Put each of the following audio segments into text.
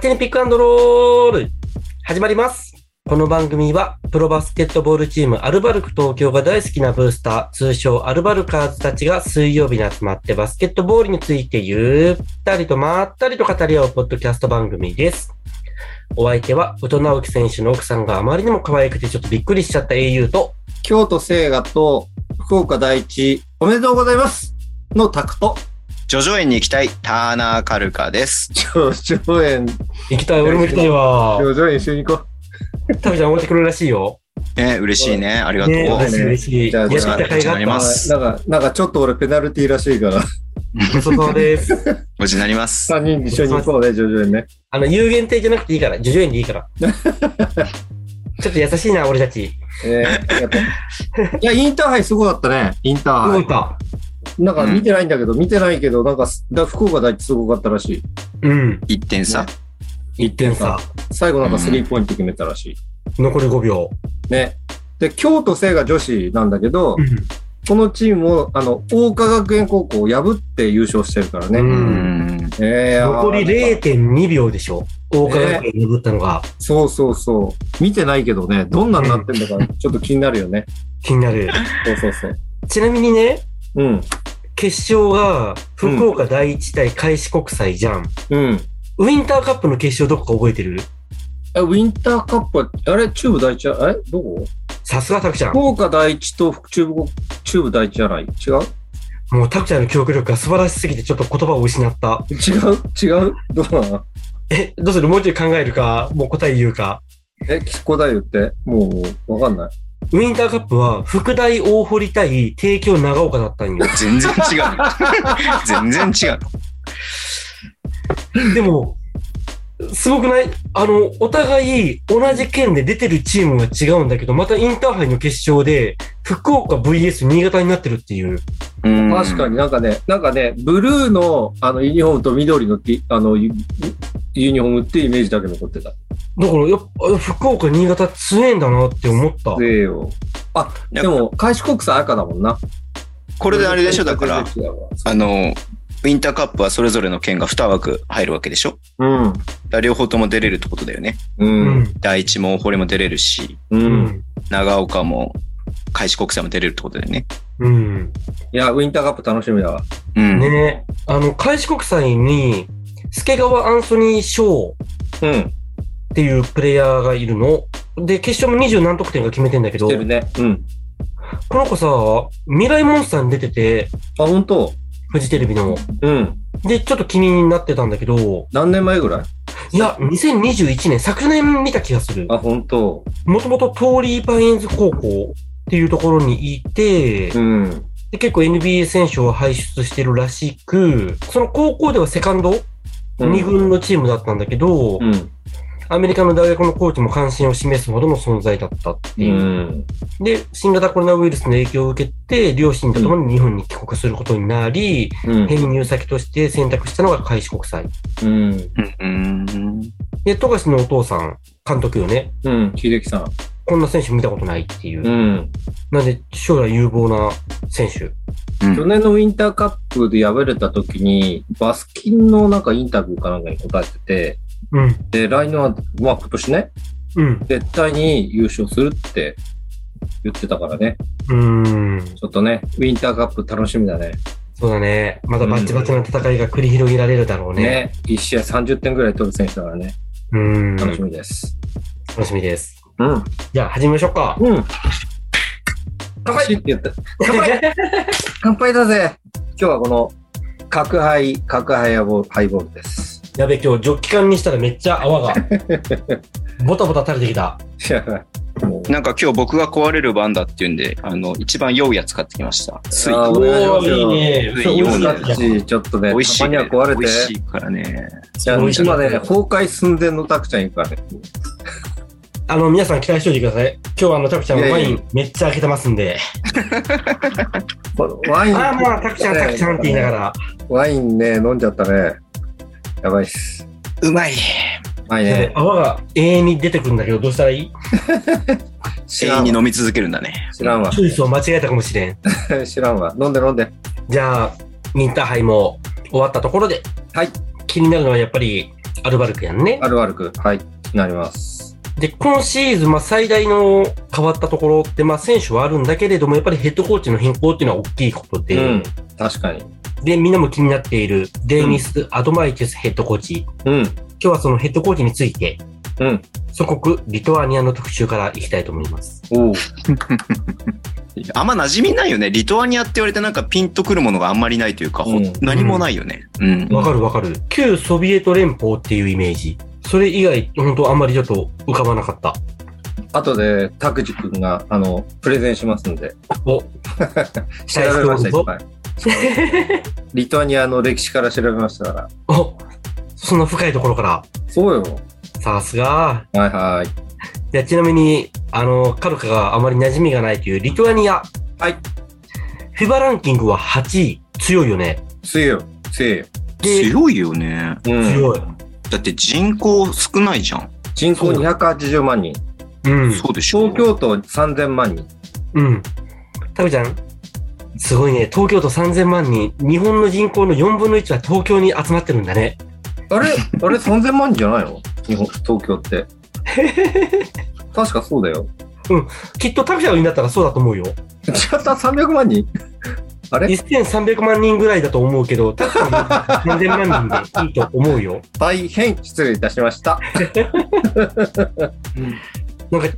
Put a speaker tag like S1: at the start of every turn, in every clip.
S1: 手にピックアンドロール始まります。この番組はプロバスケットボールチームアルバルク東京が大好きなブースター、通称アルバルカーズたちが水曜日に集まってバスケットボールについてゆったりとまったりと語り合うポッドキャスト番組です。お相手は、宇都直樹選手の奥さんがあまりにも可愛くてちょっとびっくりしちゃった au と、
S2: 京都聖雅と福岡第一おめでとうございますのタクト
S3: ジョジョ園に行きたい、ターナーカルカです。
S2: 上上園
S1: 行きたい、俺も行きたいわ。
S2: 上上園一緒に行こ
S1: タビちゃん置いてくれるらしいよ。
S3: ね、嬉しいね。ありがとう。
S1: ね嬉しい嬉しい。
S2: じゃあ
S1: やった甲斐があ
S3: お
S1: っ
S3: 願い
S1: た
S3: し
S2: う
S3: ま。す
S2: なんか、なんかちょっと俺ペナルティーらしいか
S1: ご
S2: ら、
S1: ちそうさまです。
S3: 無事になります。
S2: 3人一緒に行こうね、上上園ね。
S1: あの、有限定じゃなくていいから、叙々苑でいい から。ちょっと優しいな、俺たち。
S2: えー、ありがと ういや、インターハイすごかったね、インター
S1: 動
S2: ハ
S1: い
S2: イ。
S1: た。
S2: なんか見てないんだけど、見てないけど、なんかす、だ福岡第一すごかったらしい。
S1: うん。
S3: 一点差。
S1: 1点差。
S2: 最後なんかスリーポイント決めたらしい。
S1: 残り5秒。
S2: ね。で、京都聖雅女子なんだけど、
S1: う
S2: このチームを、あの、大岡学園高校を破って優勝してるからね。
S1: ん。う
S3: うんん。
S2: えー
S1: 残り0.2秒でしょ。大岡学園破ったのが
S2: そうそうそう。見てないけどね、どんなになってんだ か、ちょっと気になるよね。
S1: 気になる。
S2: そうそうそう。
S1: ちなみにね、
S2: うん。
S1: 決勝が福岡第一対開志国際じゃん。
S2: うん。
S1: ウィンターカップの決勝どこか覚えてる
S2: え、ウィンターカップは、あれ、中部第一あれどこ
S1: さすがタクちゃん。
S2: 福岡第一と中部、中部第一じゃない違う
S1: もうタクちゃんの記憶力が素晴らしすぎてちょっと言葉を失った。
S2: 違う違うどうなの
S1: え、どうするもうちょい考えるか、もう答え言うか。
S2: え、キッコだよって、もう、わかんない。
S1: ウィンターカップは、副大大堀対帝京長岡だったん よ。
S3: 全然違う。 全然違う。
S1: でも、すごくないあの、お互い同じ県で出てるチームが違うんだけど、またインターハイの決勝で、福岡 VS 新潟になってるっていう。
S3: うん
S2: 確かに。なんかね、なんかね、ブルーの、あの、ユニフォームと緑のティ、あの、ユユニフォームってイメージだけ残ってた。
S1: だから、やっぱ、福岡、新潟強えんだなって思った。
S2: でよ。あ、でも、開志国際赤だもんな。
S3: これであれでしょ、だから、
S2: 全然違うわ
S3: あの、ウィンターカップはそれぞれの県が2枠入るわけでしょだか
S2: うん。
S3: ら両方とも出れるってことだよね。
S2: う。
S1: うんん。
S3: 第一も大堀も出れるし、
S2: う。
S1: うんん。
S3: 長岡も開志国際も出れるってことだよね。
S1: うん。
S2: いや、ウィンターカップ楽しみだわ。
S3: うん。
S1: ねあの、開志国際に、助川アンソニー翔
S2: うん。
S1: っていうプレイヤーがいるの。で、決勝も20何得点が決めてんだけど
S2: し、てるね。うん。
S1: この子さ、未来モンスターに出てて、
S2: あ、本当
S1: フジテレビの。
S2: うん。
S1: で、ちょっと気になってたんだけど、
S2: 何年前ぐらい
S1: いや、2021年、昨年見た気がする。
S2: あ、本当
S1: もともとトーリーパインズ高校っていうところにいて、
S2: うん。
S1: で結構 NBA 選手を輩出してるらしく、その高校ではセカンド、
S2: うん
S1: 2軍のチームだったんだけど、
S2: うん。
S1: アメリカの大学のコーチも関心を示すほどの存在だったって
S2: う
S1: いう。
S2: ん。
S1: で、新型コロナウイルスの影響を受けて、両親と共に日本に帰国することになり、
S2: うん。
S1: 編入先として選択したのが開志国際。
S2: うん。
S3: うん。
S1: で、富樫のお父さん、監督よね。
S2: うん。秀樹さん。
S1: こんな選手見たことないっていう。
S2: うん。
S1: なんで、将来有望な選手。
S3: うん
S2: 去年のウィンターカップで敗れた時に、バスキンのなんかインタビューかなんかに答えて
S1: うん。
S2: て、で、来年は、まあ今年ね、
S1: うん。
S2: 絶対に優勝するって言ってたからね。
S1: うーん。
S2: ちょっとね、ウィンターカップ楽しみだね。
S1: そうだね。まだバッチバチな戦いが繰り広げられるだろうね。
S2: ね。1試合30点ぐらい取る選手だからね。
S1: うーん。
S2: 楽し
S1: 楽
S2: みです。
S1: しみです。
S2: うん。
S1: じゃあ、始めましょうか。
S2: うん。
S1: 乾
S2: 乾
S1: 杯
S2: 杯って言った。乾杯 乾杯だぜ今日はこの、角杯、角杯やボールハイボールです。
S1: やべ、今日、ジョッキ缶にしたらめっちゃ泡 が、ボタボタ垂れてきた。
S2: いやばい。もう
S3: なんか今日僕が壊れる番だっていうんで、あの、一番良いやつ買ってきました。水
S2: あ
S1: お
S2: お願いしま
S1: ー、
S2: すよ
S1: いいね。
S3: いい
S1: それ美味しい
S3: よ
S1: や
S3: う
S1: つ
S3: に
S1: じゃん
S2: ちょっとね、
S3: 美味しい、
S2: たまには壊れて
S3: 美味、しいからね。
S2: いや
S1: 美味しい
S2: 今ね、崩壊寸前のタクちゃんいるからね。
S1: あの、皆さん期待しておいてください。今日はあの、タクちゃんワ
S2: いや
S1: イ
S2: いや
S1: ンめっちゃ開けてますんで。
S2: ワイン、
S1: ああ、まあ、タクちゃん、タクちゃんって言いながら。
S2: ワインね、飲んじゃったね。やばいっす。
S3: うまい。
S2: まあ
S1: で
S2: ね、
S1: 泡が永遠に出てくるんだけど、どうしたらいい
S2: 知
S3: 永
S2: ら
S3: 遠
S2: ん
S3: に
S2: わ。
S3: 飲み続けるんだね。
S2: 知らんわ。
S1: チョイスを間違えたかもしれん。
S2: 知らんわ。 飲んで飲んで。
S1: じゃあ、インターハイも終わったところで、
S2: はい。
S1: 気になるのはやっぱり、アルバルクやんね
S2: ア。ルバルク、はい、なります。
S1: で、今シーズン、まあ、最大の変わったところって、まあ、選手はあるんだけれども、やっぱりヘッドコーチの変更っていうのは大きいことで、
S2: うん、確かに。
S1: で、みんなも気になっているデイニス・アドマイチュスヘッドコーチ。
S2: うん、
S1: 今日はそのヘッドコーチについて、
S2: うん、
S1: 祖国リトアニアの特集からいきたいと思います。
S2: おう
S3: あんま馴染みないよね。リトアニアって言われてなんかピンとくるものがあんまりないというか、ほ
S2: うん
S3: 何もないよね。うん。
S1: わかるわかる。旧ソビエト連邦っていうイメージ。それ以外、本当あんまりちょっと浮かばなかった。
S2: 後で、拓司君が、あの、プレゼンしますんで。
S1: お、
S2: 調べました、
S1: ど
S2: いうっぱい。リトアニアの歴史から調べましたから。
S1: お、そんな深いところから。
S2: そうよ。
S1: さすが。
S2: はいはい。
S1: いや、ちなみに、あの、カルカがあまり馴染みがないというリトアニア。
S2: はい。
S1: フィバランキングは8位。強いよね。
S2: 強いよ。強いよ。
S1: で
S3: 強いよね。
S2: うん、
S1: 強い。
S3: だって人口少ないじゃん。
S2: 人口280万人。
S1: うん。
S3: そうでしょ。
S2: 東京都3000万人。
S1: うん。タブちゃん。すごいね。東京都3000万人。日本の人口の4分の1は東京に集まってるんだね。
S2: あれあれ3000万 人じゃないの日本、東京って。確かそうだよ。
S1: きっとタブちゃんがいいんだったらそうだと思うよ。
S2: 違った300万人あれ
S1: 1300万人ぐらいだと思うけど、タブちゃんは3000万人でいいと思うよ。
S2: 大変失礼いたしました。
S1: なんか、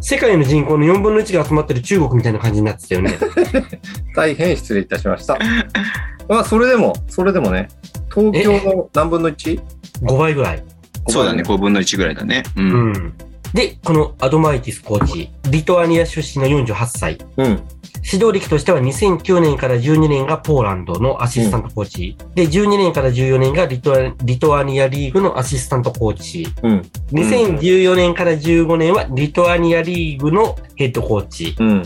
S1: 世界の人口の4分の1が集まってる中国みたいな感じになってたよね。
S2: 大変失礼いたしました。まあ、それでも、それでもね、東京の何分の 1?
S1: 5倍ぐらい。
S3: そうだね、5分の1ぐらいだね。う。
S1: うんん。で、このアドマイティスコーチ、リトアニア出身の48歳。
S2: うん。
S1: 指導歴としては2009年から12年がポーランドのアシスタントコーチ。で、12年から14年がリトアリトアニアリーグのアシスタントコーチ。
S2: うん。
S1: 2014年から15年はリトアニアリーグのヘッドコーチ。
S2: うん。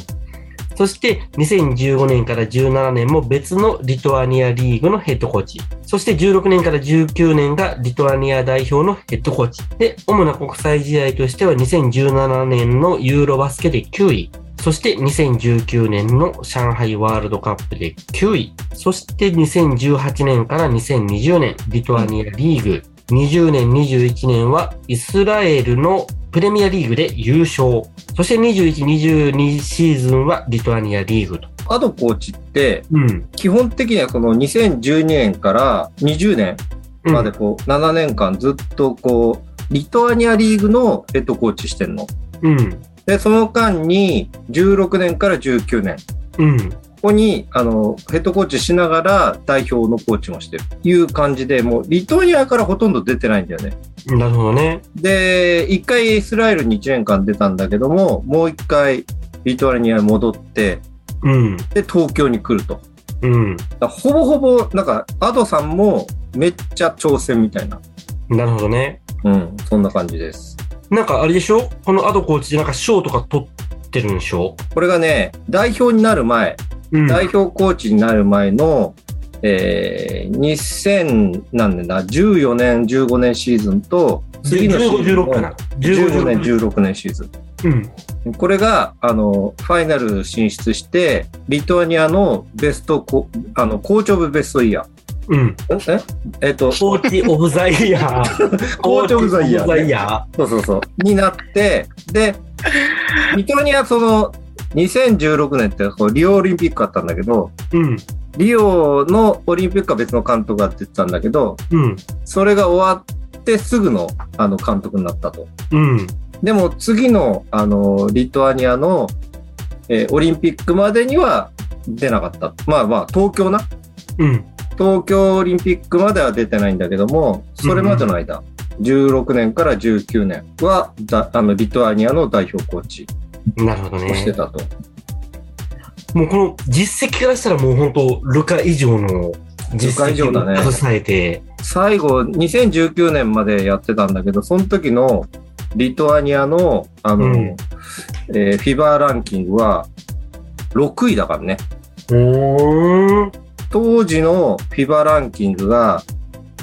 S1: そして2015年から17年も別のリトアニアリーグのヘッドコーチ。そして16年から19年がリトアニア代表のヘッドコーチ。で、主な国際試合としては2017年のユーロバスケで9位。そして2019年の上海ワールドカップで9位。そして2018年から2020年リトアニアリーグ。20年、21年はイスラエルのプレミアリーグで優勝。そして21、22シーズンはリトアニアリーグと。
S2: アドコーチって、
S1: うん。
S2: 基本的にはこの2012年から20年までこう、7年間ずっとこう、リトアニアリーグのヘッドコーチしてんの。
S1: うん。
S2: で、その間に16年から19年。
S1: うん。
S2: ここに、あの、ヘッドコーチしながら代表のコーチもしてる。いう感じで、もう、リトアニアからほとんど出てないんだよね。
S1: なるほどね。
S2: で、一回イスラエルに1年間出たんだけども、もう一回リトアニアに戻って、
S1: うん。
S2: で、東京に来ると。だか
S1: うん。
S2: らほぼほぼ、なんか、アドさんもめっちゃ挑戦みたいな。
S1: なるほどね。
S2: うん、そんな感じです。
S1: なんかあれでしょこのアドコーチでなんか賞とか取ってるんでしょ
S2: これがね、代表になる前、
S1: うん。
S2: 代表コーチになる前の、えー、2000なんだよな、14年、15年シーズンと、次のシーズン
S1: 15、16か
S2: の
S1: な。
S2: 15年、
S1: 16。
S2: 16年シーズン。
S1: うん。
S2: これが、あの、ファイナル進出して、リトアニアのベストコ、あの、コーチオブベストイヤ
S1: うん。
S2: ー。ええっと、そ
S1: コーチオブザイヤー。
S2: コーチオブザイヤー
S1: コーチオブザイヤ
S2: うそうそう。になって、で、リトアニア、その、2016年ってこうリオオリンピックあったんだけど、
S1: ー。うん。
S2: リオのオリンピックは別の監督が出てたんだけど、
S1: うん。
S2: それが終わってすぐの、あの、監督になったと。
S1: うん。
S2: でも次の、あの、リトアニアの、えーオリンピックまでには出なかった。まあまあ、東京な。
S1: うん。
S2: 東京オリンピックまでは出てないんだけども、それまでの間、16年から19年はだあのリトアニアの代表コーチ
S1: なるほど
S2: をして
S1: ね。
S2: たと。
S1: もうこの実績からしたらもう本当ルカ以上の実
S2: ルカ以上だね
S1: 績を携えて、
S2: 最後、2019年までやってたんだけど、その時のリトアニアのあの、
S1: うん
S2: えーフィバーランキングは6位だからね。
S1: おー
S2: 当時のフィバーランキングが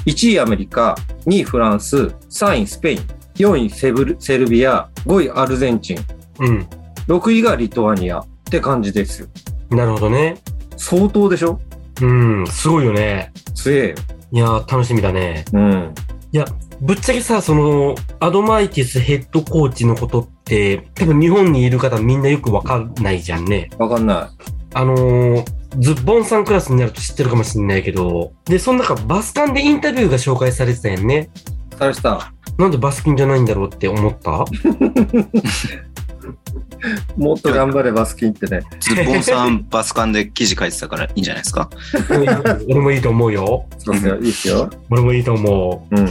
S2: 1位アメリカ、2位フランス、3位スペイン、4位セブルセルビア、5位アルゼンチン、
S1: うん。
S2: 6位がリトアニアって感じですよ。
S1: なるほどね。
S2: 相当でしょ
S1: うん、すごいよね。
S2: 強えよ。
S1: いやー、楽しみだね。
S2: うん。
S1: いや、ぶっちゃけさ、その、アドマイティスヘッドコーチのことって、多分日本にいる方みんなよくわかんないじゃんね。
S2: わかんな
S1: あのーズッボンさんクラスになると知ってるかもしんないけど、で、その中バスカンでインタビューが紹介されてたよね。
S2: い。されてた。
S1: なんでバスキンじゃないんだろうって思った
S2: もっと頑張れバスキンってね。
S3: ズッポンさん、バスカンで記事書いてたからいいんじゃないですか。
S1: 俺もいいと思うよ。
S2: そうっすよ。いいですよ。
S1: 俺もいいと思
S2: うん。
S1: う。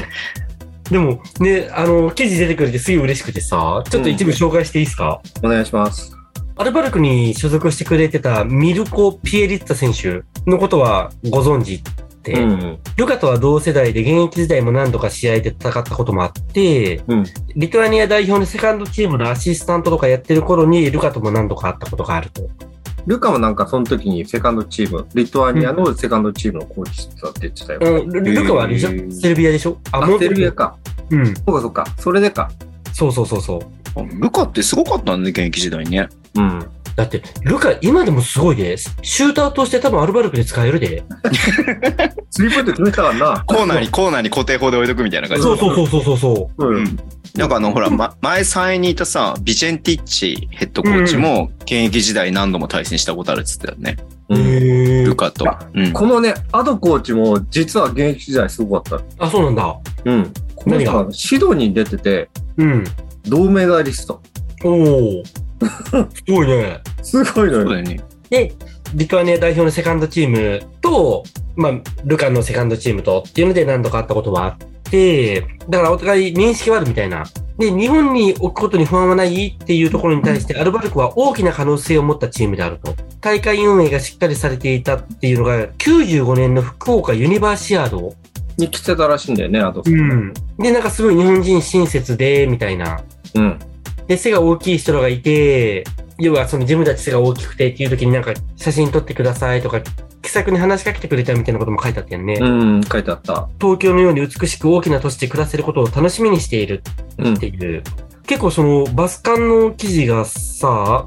S1: でも、ね、あの、記事出てくれてすげえ嬉しくてさ、ちょっと一部紹介していいですか、
S2: お願いします。
S1: アルバルクに所属してくれてたミルコ・ピエリッツァ選手のことはご存知って、
S2: うん。
S1: ルカとは同世代で現役時代も何度か試合で戦ったこともあって、
S2: うん
S1: リトアニア代表のセカンドチームのアシスタントとかやってる頃にルカとも何度か会ったことがあると。
S2: ルカもなんかその時にセカンドチーム、リトアニアのセカンドチームのコーチしてたって言ってたよ。
S1: うん、ルルカはあれでしょ、
S3: へー
S1: セルビアでしょあ
S2: あ、
S1: モン
S2: セ
S1: テ
S2: ルビアか。
S1: うん。
S2: そうかそうか。それでか。
S1: そうそうそうそう。
S3: あルカってすごかったんで、現役時代ね。
S2: うん。
S1: だって、ルカ今でもすごいで、シューターとして多分アルバルクで使えるで。
S2: スリーポイント決めたから な。
S3: コーナーに、コーナーに固定法で置いとくみたいな感じ。
S1: そうそうそうそうそうそう。
S2: う。
S3: うんんなんかあの、ほら、ま、前3位にいたさ、ビチェンティッチヘッドコーチも、現役時代何度も対戦したことあるっつってたよね。
S2: うん
S1: へ
S3: ル
S1: ー
S3: カと。うん。
S2: このね、アドコーチも実は現役時代すごかっ
S1: あ、そうなんだ。
S2: た。うん。この
S1: 何が
S2: 人はシドニーに出てて、
S1: うん。
S2: 銅メダリスト。
S1: おお。すごいね。
S2: すごいの
S3: そうだ
S2: よ。
S3: よね。
S1: で、リトアニア代表のセカンドチームと、まあ、ルカのセカンドチームとっていうので何度か会ったことはあって、だからお互い認識はあるみたいな。で、日本に置くことに不安はないっていうところに対して、アルバルクは大きな可能性を持ったチームであると。大会運営がしっかりされていたっていうのが、95年の福岡ユニバーシアード
S2: に来てたらしいんだよね、アドコ
S1: うん。で、なんかすごい日本人親切で、みたいな。
S2: うん。
S1: で、背が大きい人らがいて、要はその自分たち背が大きくてっていう時になんか写真撮ってくださいとか、気さくに話しかけてくれたみたいなことも書いてあったよね。
S2: うん、書いてあった。
S1: 東京のように美しく大きな都市で暮らせることを楽しみにしている
S2: うん
S1: っ。ていう。結構そのバスカンの記事がさ、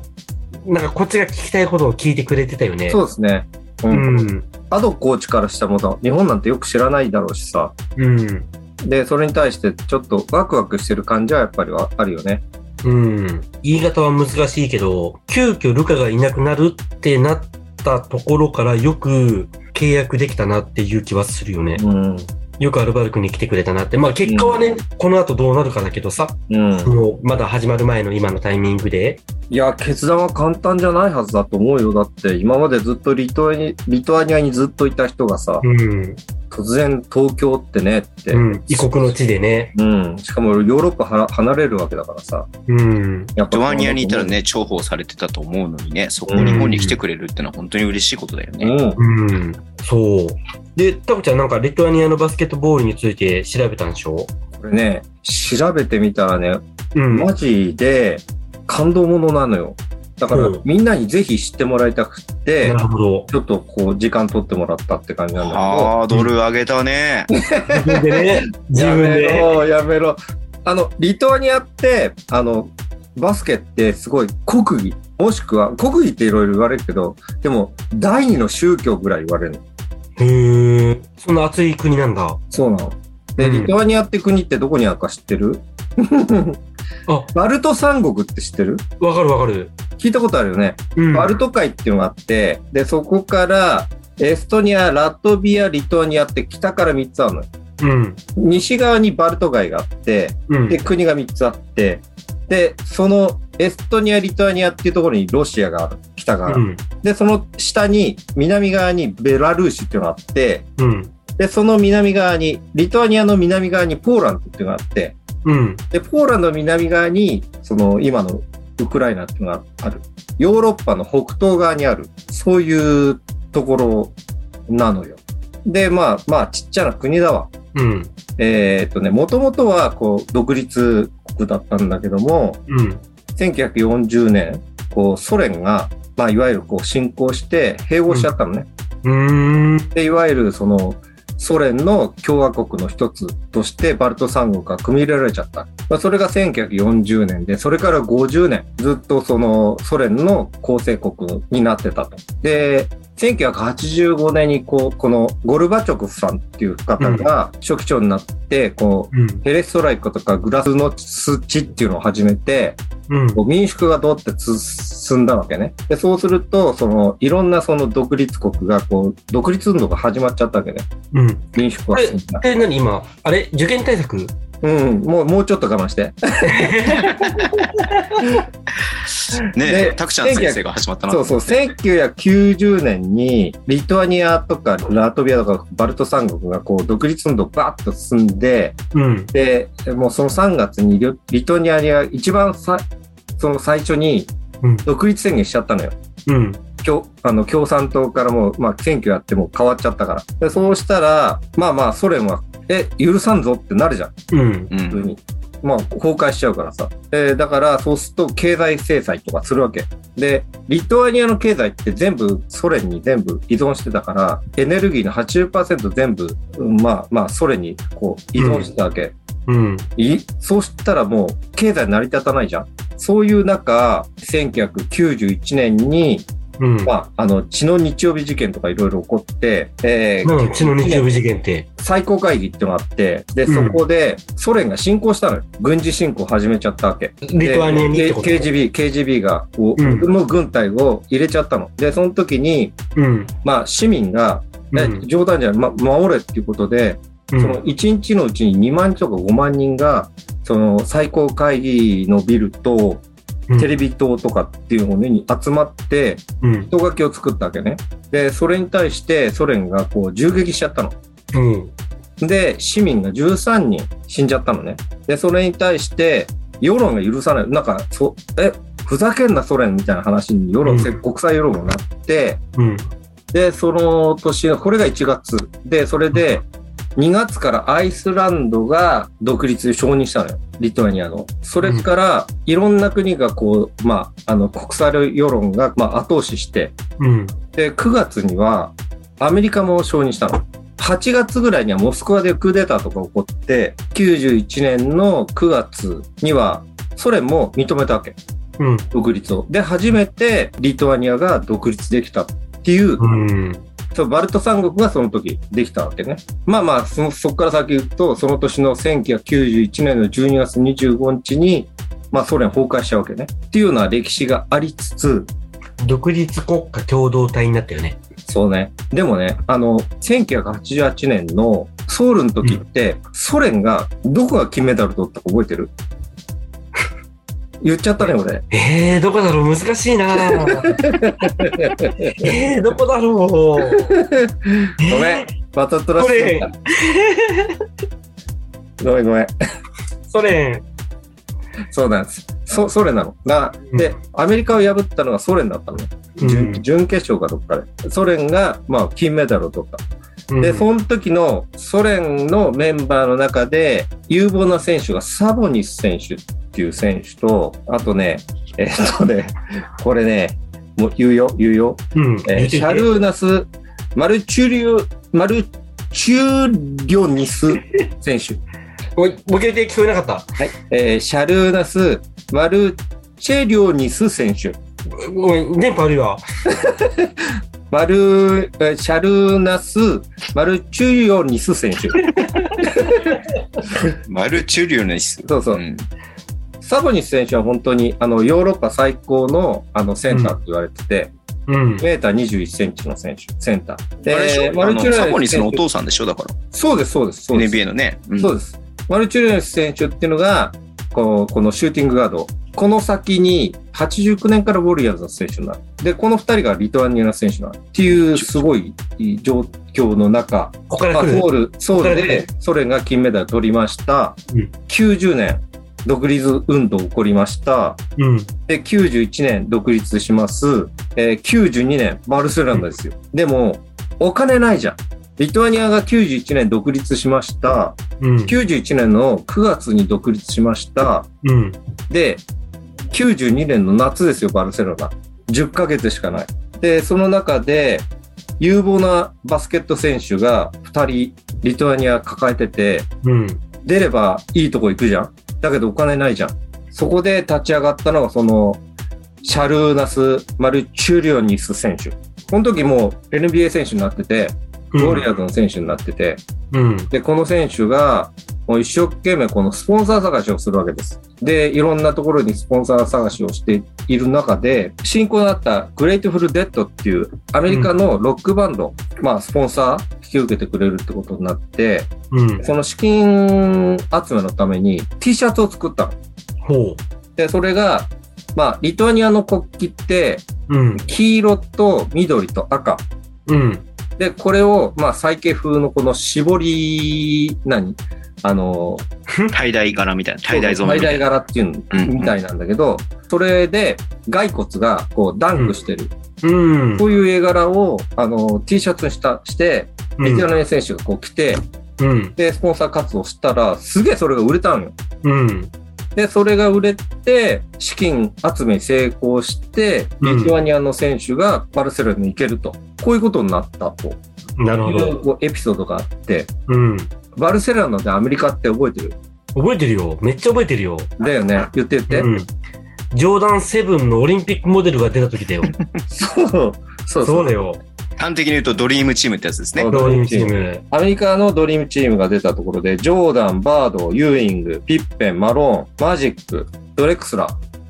S1: なんかこっちが聞きたいことを聞いてくれてたよね。
S2: そうですね。う。
S1: うんん。
S2: アドコーチからしたらもさ、日本なんてよく知らないだろうしさ。
S1: うん。
S2: で、それに対してちょっとワクワクしてる感じはやっぱりはあるよね。
S1: うん。言い方は難しいけど、急遽ルカがいなくなるってなったところからよく契約できたなっていう気はするよね。
S2: うん。
S1: よくアルバルクに来てくれたなって。まあ結果はね、この後どうなるかだけどさ、
S2: うん。
S1: もうまだ始まる前の今のタイミングで。
S2: いや、決断は簡単じゃないはずだと思うよ。だって、今までずっとリトアニリトアニアにずっといた人がさ、
S1: うん。
S2: 突然東京ってねって、
S1: う
S2: うん
S1: ん。異国の地でね。
S2: しかもヨーロッパは離れるわけだからさ、
S1: うん。
S2: やっぱ
S3: ドアニアにいたら、ね、重宝されてたと思うのにね、そこ日本に来てくれるってのは本当に嬉しいことだよ
S2: う
S3: ね。
S2: ん、
S1: うん。そう。で、タコちゃんなんかリトアニアのバスケットボールについて調べたんでしょ
S2: これね、調べてみたらね、
S1: うん。
S2: マジで感動ものなのよ。だから
S1: うん、
S2: みんなにぜひ知ってもらいたくって
S1: なる、ほど。
S2: ちょっとこう、時間取ってもらったって感じなんだけど、
S3: ハードル上げたね。
S1: 自分でね。 自分
S2: やめ
S1: で。
S2: ろやめろあのリトアニアってあのバスケってすごい国技もしくは国技っていろいろ言われるけどでも第二の宗教ぐらい言われるの
S1: へえ。そんな熱い国なんだ。
S2: そうなので、
S1: うん
S2: リトアニアって国ってどこにあるか知ってる
S1: あ、
S2: バルト三国って知ってる
S1: わかるわかる。
S2: 聞いたことあるよね、
S1: うん。
S2: バルト海っていうのがあってでそこからエストニアラトビアリトアニアって北から3つあるのよ
S1: うん。
S2: 西側にバルト海があって
S1: うん
S2: で、。国が3つあって、で、そのエストニア、リトアニアっていうところにロシアがある、北側。
S1: うん。
S2: で、その下に、南側にベラルーシっていうのがあって、
S1: うん。
S2: で、その南側に、リトアニアの南側にポーランドっていうのがあって、
S1: うん。
S2: で、ポーランドの南側に、その今のウクライナっていうのがある。ヨーロッパの北東側にある、そういうところなのよ。で、まあ、まあ、ちっちゃな国だわ。
S1: うん。
S2: えーっとね、もともとはこう独立国だったんだけども、
S1: うん。
S2: 1940年、こうソ連が、まあ、いわゆるこう侵攻して併合しちゃったのね。
S1: うーん。
S2: で、いわゆるそのソ連の共和国の一つとしてバルト三国が組み入れられちゃった。まあ、それが1940年で、それから50年、ずっとそのソ連の構成国になってたと。で、1985年にこう、このゴルバチョフさんっていう方が書記長になって、こう、
S1: うん。
S2: ペレストライコとかグラスノスチっていうのを始めて、
S1: うん。
S2: こう民主化がどうって進んだわけね。で、そうすると、その、いろんなその独立国が、こう、独立運動が始まっちゃったわけね。
S1: うん。
S2: 民主化が進んだ。
S1: で、何今、あれ受験対策
S2: うん、もう、もうちょっと我慢して。
S3: ね
S2: で
S3: タクちゃん先生が始まったな。
S2: そうそう、1990年に、リトアニアとかラトビアとかバルト三国が、こう、独立運動バーッと進んで、
S1: うん。
S2: で、もうその3月にリ、リトアニアが一番さ、その最初に
S1: うん、
S2: 独立宣言しちゃったのよ。
S1: うん。
S2: 共あの共産党からもう、まあ、選挙やってもう変わっちゃったからでそうしたらまあまあソ連はえ許さんぞってなるじゃん
S1: うん。
S3: うん。
S2: 普通に、まあ崩壊しちゃうからさでだからそうすると経済制裁とかするわけでリトアニアの経済って全部ソ連に全部依存してたからエネルギーの80%全部、うんまあまあソ連にこう依存してたわけ、
S1: うん。
S2: いそうしたらもう経済成り立たないじゃんそういう中1991年に
S1: うん。
S2: まあ、あの血の日曜日事件とかいろいろ起こって、えー
S1: うん。血の日曜日事件って。
S2: 最高会議ってのがあってで
S1: う
S2: そ
S1: ん
S2: こでソ連が侵攻したのよ軍事侵攻始めちゃったわけ
S1: リトアニアにって
S2: で
S1: こと
S2: KGB, KGB がこう、
S1: うん
S2: の軍隊を入れちゃったのでその時に、
S1: うん。
S2: まあ、市民が、え
S1: うん
S2: 冗談じゃない、ま、守れっていうことで、
S1: うん
S2: その1日のうちに2万人とか5万人がその最高会議のビルと
S1: うん
S2: テレビ塔とかっていうものに集まって、
S1: うん。
S2: 人書きを作ったわけね。で、それに対してソ連がこう銃撃しちゃったの。
S1: うん。
S2: で、市民が13人死んじゃったのね。で、それに対して世論が許さない。なんか、そえ、ふざけんなソ連みたいな話に世論、
S1: うん
S2: 国際世論もなって、
S1: うん。
S2: で、その年、これが1月。で、それで、2月からアイスランドが独立承認したのよ。リトアニアの。それから、いろんな国がこう、まあ、あの、国際世論が、まあ、後押しして、
S1: うん。
S2: で、9月にはアメリカも承認したの。8月ぐらいにはモスクワでクーデターとか起こって、91年の9月にはソ連も認めたわけ。
S1: うん。
S2: 独立を。で、初めてリトアニアが独立できたっていう、
S1: うん。
S2: そうバルト三国がその時できたわけね。まあまあ、そそこから先言うと、その年の1991年の12月25日に、まあソ連崩壊しちゃうわけね。っていうような歴史がありつつ、
S1: 独立国家共同体になったよね。
S2: そうね。でもね、あの、1988年のソウルの時って、ソ連がどこが金メダル取ったか覚えてる言っちゃったね、俺。
S1: えー、どこだろう難しいな えー、どこだろう
S2: ごめん。バタトラし
S1: ソ
S2: て
S1: 連
S2: た。ごめんごめん。
S1: ソ連。
S2: そうなんです。そソ連なの。が、
S1: う
S2: で
S1: ん、
S2: アメリカを破ったのがソ連だったのね。準準決勝かどっかで。ソ連が、まあ、金メダルを取った。で、その時のソ連のメンバーの中で、有望な選手がサボニス選手っていう選手と、あとね、えっとね、これね、もう言うよ、言うよ、
S1: うん、うん、
S2: えーシャルーナス・マルチュリオ、マルチュリオニス選手。
S1: おいボケて聞こえなかった。
S2: はい。えーシャルーナス・マルチェリオニス選手。
S1: ごめん、電波悪いわ。
S2: マル、えーシャルーナス・マルチュリオニス選手。
S3: マルチュリューネス。
S2: そうそう
S3: うん
S2: サボニス選手は本当にあのヨーロッパ最高のあのセンターと言われてて、
S1: うん。
S2: メーター21センチの選手、センター。
S3: あれでしょあ
S2: マル
S3: の
S2: チュレネス選手
S3: サボニスのお父さんでしょだから。
S2: そうです、そうです、そうです。
S3: NBA のね。うん
S2: そうです。マルチュレネス選手っていうのが、こうこのシューティングガード。この先に89年からウォリアーズの選手になる。で、この2人がリトアニアの選手になる。っていうすごい状況の中、
S1: ここから
S2: まあ、
S1: 来る
S2: ソ。
S1: ここ
S2: ウル、ソウル
S1: から
S2: でソ連が金メダル取りました。
S1: うん
S2: 90年、独立運動起こりました。
S1: うん。
S2: で、91年独立します。えー92年バルセロナですよ。でも、お金ないじゃん。リトアニアが91年独立しました。
S1: うん。
S2: 91年の9月に独立しました。
S1: うん。
S2: で、92年の夏ですよ、バルセロナ。10ヶ月しかない。で、その中で、有望なバスケット選手が2人リトアニア抱えてて、
S1: うん。
S2: 出ればいいとこ行くじゃん。だけどお金ないじゃん。そこで立ち上がったのがその、シャルーナス・マルチュリオニス選手。この時もう NBA 選手になってて、ウォリアーズの選手になってて、
S1: うん。
S2: で、この選手が、もう一生懸命このスポンサー探しをするわけです。で、いろんなところにスポンサー探しをしている中で、新興だったグレイトフルデッドっていうアメリカのロックバンド、まあ、スポンサー引き受けてくれるってことになって、
S1: うん。
S2: その資金集めのために T シャツを作ったの。
S1: ほ
S2: で、それが、まあ、リトアニアの国旗って、
S1: う。うん。
S2: 黄色と緑と赤。
S1: うん。
S2: で、これを、まあ、最系風のこの絞り、何あの、
S3: 滞在柄みたいな。滞在ゾーンみ
S2: 最
S3: たい
S2: 大
S3: な。
S2: 柄っていう
S3: うんうん
S2: みたいなんだけど、それで骸骨がこうダンクしてる、
S1: うん。
S2: こういう絵柄をあの T シャツにしたして、
S1: う
S2: エ
S1: ん
S2: ティアネ選手がこう来て、
S1: うん。
S2: で、スポンサー活動したら、すげえそれが売れたのよ。
S1: うん。
S2: で、それが売れて、資金集めに成功して、
S1: うん
S2: リトアニアの選手がバルセロナに行けると。こういうことになったと。
S1: なるほ
S2: い
S1: ど。
S2: うこうエピソードがあって、
S1: うん。
S2: バルセロナでアメリカって覚えてる
S1: 覚えてるよ。めっちゃ覚えてるよ。
S2: だよね言って言って。
S1: うん。ジョーダンセブンのオリンピックモデルが出た時だよ。
S2: そうそうそう
S1: そうだよ。
S3: 端的に言うとドリームチームってやつですね
S2: そ。う
S1: ドリームチーム。
S2: アメリカのドリームチームが出たところで、ジョーダン、バード、ユーイング、ピッペン、マローン、マジック、ドレクスラ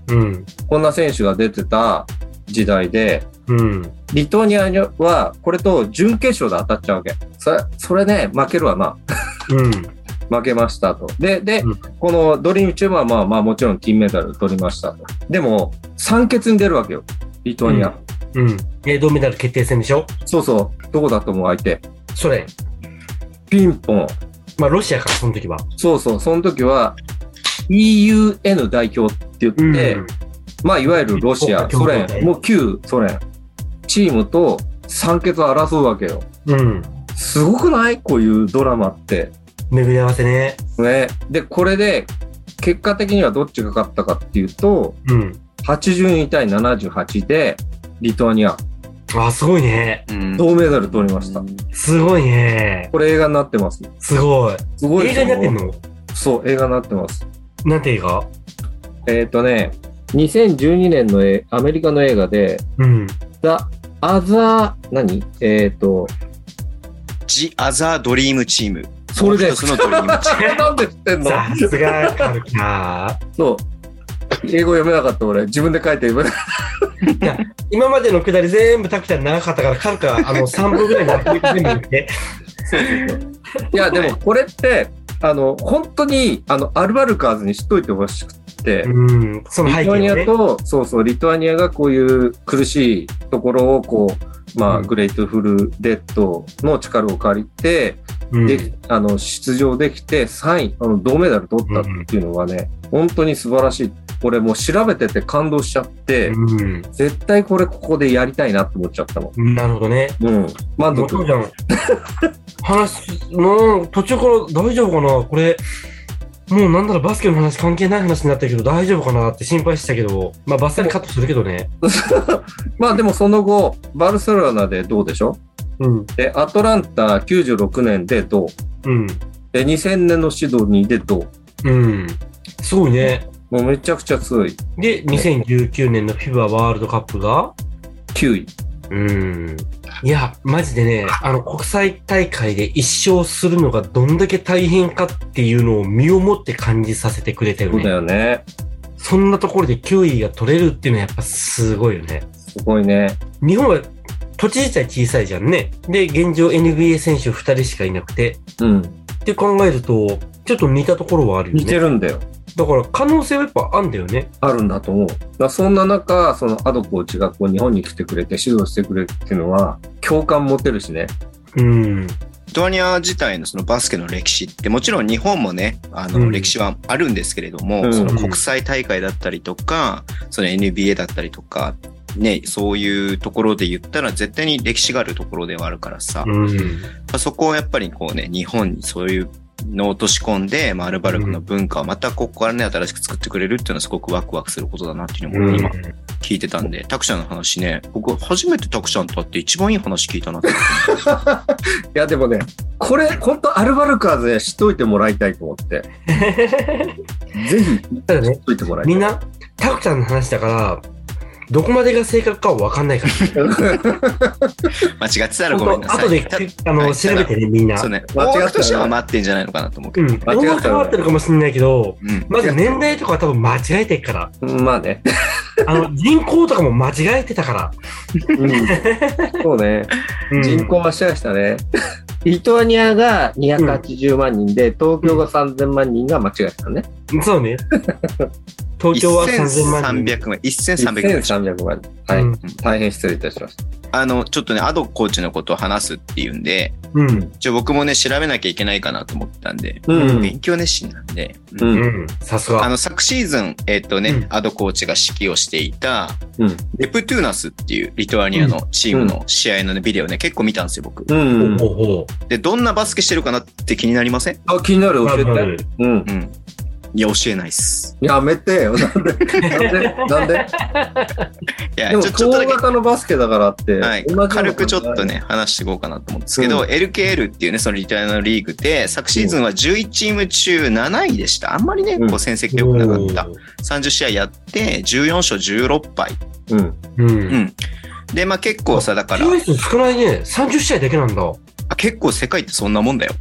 S2: ー、
S1: うん。
S2: こんな選手が出てた時代で、
S1: うん。
S2: リトアニアにはこれと準決勝で当たっちゃうわけ。それそれね、負けるわな。
S1: うん。
S2: 負けましたと。で、で、
S1: うん
S2: このドリームチームはまあまあもちろん金メダル取りましたと。でも、酸欠に出るわけよ。リトアニア。
S1: ううん。え、銅メダル決定戦でしょ
S2: そうそう。どこだと思う相手。
S1: ソ連。
S2: ピンポン。
S1: まあ、ロシアか、その時は。
S2: そうそう。その時は EUN 代表って言って、
S1: うん
S2: まあ、いわゆるロシア、
S1: 日本
S2: ソ
S1: 共同体
S2: 連、もう旧ソ連、チームと酸欠を争うわけよ。
S1: うん。
S2: すごくないこういうドラマって。
S1: 巡り合わせね。
S2: ね。で、これで、結果的にはどっちが勝ったかっていうと、
S1: うん。
S2: 82対78で、リトアニア、
S1: あ、すごいね。
S3: うん
S2: 銅メダル取りました。
S1: すごいね。
S2: これ映画になってます。
S1: すごい。
S2: すごいで
S1: 映
S2: し
S1: 画
S2: ょ
S1: になってんの
S2: そう、映画になってます。
S1: なんて映画
S2: えっ、とね、2012年のえアメリカの映画で、
S1: うん。
S2: ザ・アザー、何えっ、と、
S3: ジ・アザー・ドリームチーム。
S2: それで
S3: もう 一つのドリームチーム。
S2: なんで知っ てんの
S1: さすが、カルキな。
S2: そう。英語読めなかった俺。自分で書いて読めなかっ
S1: 今までのくだり全部タクちゃん長かったから、カルカ、あの、3分ぐ らいにまとめて全部言って。
S2: た。いや、でもこれって、あの、本当に、あの、アルバルカーズに知っといてほしくて、
S1: うん。その背
S2: リトアニ
S1: 景を
S2: ア
S1: ね。
S2: と、そうそう、リトアニアがこういう苦しいところを、こう、まあ、
S1: うん
S2: グレイトフルデッドの力を借りて、
S1: うん
S2: であの出場できて3位あの銅メダル取ったっていうのはね、本当に素晴らしいこれもう調べてて感動しちゃって、
S1: う
S2: 絶対これここでやりたいなって思っちゃったの
S1: ん。なるほどね。
S2: うん満
S1: もう
S2: 足
S1: そうじゃん。話、もう途中から大丈夫かなこれ、もうなんならバスケの話関係ない話になったけど大丈夫かなって心配してたけど、まあバッサリカットするけどね。
S2: まあでもその後、バルセロナでどうでしょ
S1: うん。
S2: で、アトランタ96年でどう
S1: うん。
S2: で、2000年のシドニーでどう
S1: うん。すごいね。
S2: もうめちゃくちゃ強い。
S1: で、2019年の FIBA ワールドカップが、
S2: 9位。
S1: うん。いや、マジでね、あの、国際大会で一勝するのがどんだけ大変かっていうのを身をもって感じさせてくれたよ
S2: そうだ
S1: ね。
S2: よね。
S1: そんなところで9位が取れるっていうのはやっぱすごいよね。
S2: すごいね。
S1: 日本は土地自体小さいじゃんね。で、現状 NBA 選手2人しかいなくて。
S2: うん。
S1: って考えると、ちょっと似たところはあるよね。
S2: 似てるんだよ。
S1: だから可能性はやっぱあんだよね。
S2: あるんだと思う。だからそんな中、そのアドコーチがこう日本に来てくれて指導してくれるっていうのは、共感持てるしね。
S1: うん。
S3: リトアニア自体のそのバスケの歴史ってもちろん日本もねあ
S1: う
S3: の
S1: ん
S3: 歴史はあるんですけれども、
S2: うん
S3: その国際大会だったりとかその NBA だったりとかねそういうところで言ったら絶対に歴史があるところではあるからさ、
S1: うん。
S3: まあそこをやっぱりこうね日本にそういうの落とし込んで、まあ、アルバルクの文化をまたここからね、新しく作ってくれるっていうのはすごくワクワクすることだなっていうの
S1: う
S3: を
S1: ん
S3: 今聞いてたんで、タクちゃんの話ね、僕初めてタクちゃんと会って一番いい話聞い たなって。
S2: いや、でもね、これ、本当アルバルカーズで知っといてもらいたいと思って、ぜひ
S1: ただ
S2: 知
S1: ね
S2: っ、といてもらいたい。
S1: みんな、タクちゃんの話だから、どこまでが正確かは分かんないから。
S3: 間違って たらごめ
S1: 本
S3: んな
S1: 当
S3: さい。
S1: 後で
S3: た
S1: あ
S3: は
S1: の
S3: い
S1: 調べてね、みんな。
S3: そうね。
S2: 間違ってたら
S3: 大枠としては待ってんじゃないのかなと思うけ
S1: う
S3: ど。
S1: ん。
S2: 間違
S1: 音
S2: った
S1: 楽
S2: ら
S1: は合ってるかもしれないけど、
S3: うん。
S1: まず年代とかは多分間違えてる から。
S2: うん まあね。
S1: あの、人口とかも間違えてたから。
S2: うんそうね。
S1: うん
S2: 人口はシェアしたね。 リトアニアが280万人で、東京が3000万人が間違えたね。
S1: そう ね。東京は3000万人。
S3: 1300万。1300万。
S2: 1300万人。はい、
S1: うん
S2: 大変失礼いたしました。
S3: あの、ちょっとね、アドコーチのことを話すっていうんで、
S1: うん。
S3: ちょ、僕もね、調べなきゃいけないかなと思ったんで、
S1: うん
S3: 勉強熱心なんで、うん
S2: うん
S1: うん。さす
S3: あ
S1: が。
S3: の、昨シーズン、えっ、とね、
S1: うん
S3: アドコーチが指揮をしていた、
S2: うん
S3: ネプトゥーナスっていうリトアニアのチームの試合の、ねビデオね、結構見たんですよ、僕。
S2: うん
S1: ほうほ
S3: で、どんなバスケしてるかなって気になりません
S2: あ、気になる、
S1: う。
S2: 教え
S1: な
S2: て。
S1: る
S2: うん。
S3: うん。いや、教えないっす。
S2: やめてよ。 なんでなんでなんで
S3: いや、
S2: でも、
S3: ちょちょっとだ
S2: 大
S3: け、
S2: 型のバスケだからって、
S3: はい
S2: 同じような、
S3: 軽くちょっと。ね、話していこうかなと思うんですけど、
S2: う
S3: LKL っていうね、そのリトアニアのリーグで、昨シーズンは11チーム中7位でした。あんまりね、
S2: うん
S3: こう戦績良くなかった
S1: お。ー
S3: 30試合やって、14勝16敗。
S2: うん。
S1: うん
S3: う。ん。で、まあ結構さ、だから、
S1: 試合数少ないね。30試合だけなんだ。
S3: あ結構世界ってそんなもんだよ。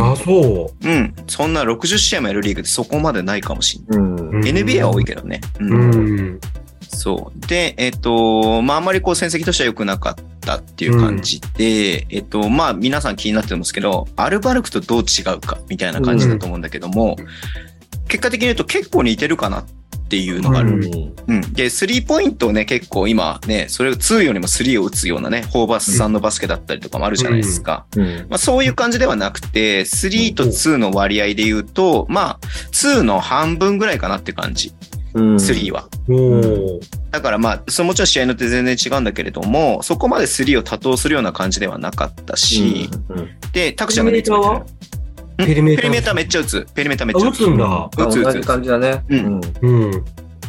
S1: あ、そう。
S3: うん。そんな60試合もやるリーグってそこまでないかもしれない。
S2: うん。
S1: うん
S3: NBA は多いけどね。う。
S1: うんん。
S3: そう。で、えっ、と、まあ、あんまりこう戦績としては良くなかったっていう感じで、えっ、と、まあ、皆さん気になってるんですけど、アルバルクとどう違うかみたいな感じだと思うんだけども、結果的に言うと結構似てるかなっていうのがあ
S2: う
S3: る。
S2: ん
S3: うん。で、スリーポイントをね、結構今ね、それを2よりも3を打つようなね、ホーバスさんのバスケだったりとかもあるじゃないですか。
S2: うん。
S3: まあ、そういう感じではなくて、3と2の割合で言うと、まあ、2の半分ぐらいかなって感じ、
S2: うん。
S3: 3は。
S1: おー
S3: だからまあ、そのもちろん試合によって全然違うんだけれども、そこまで3を多投するような感じではなかったし、
S2: うん。うん
S3: で、タクちゃんがねいつも言ってた
S1: ペリメーターは
S3: ペリメーターめっちゃ打つ。ペリメーターめっち
S1: あ
S3: ゃ
S1: 打
S3: 打つ。
S1: つんだ。
S3: 打つ打つ
S2: 同じ感じだね。
S3: うん
S2: うん。
S1: うん。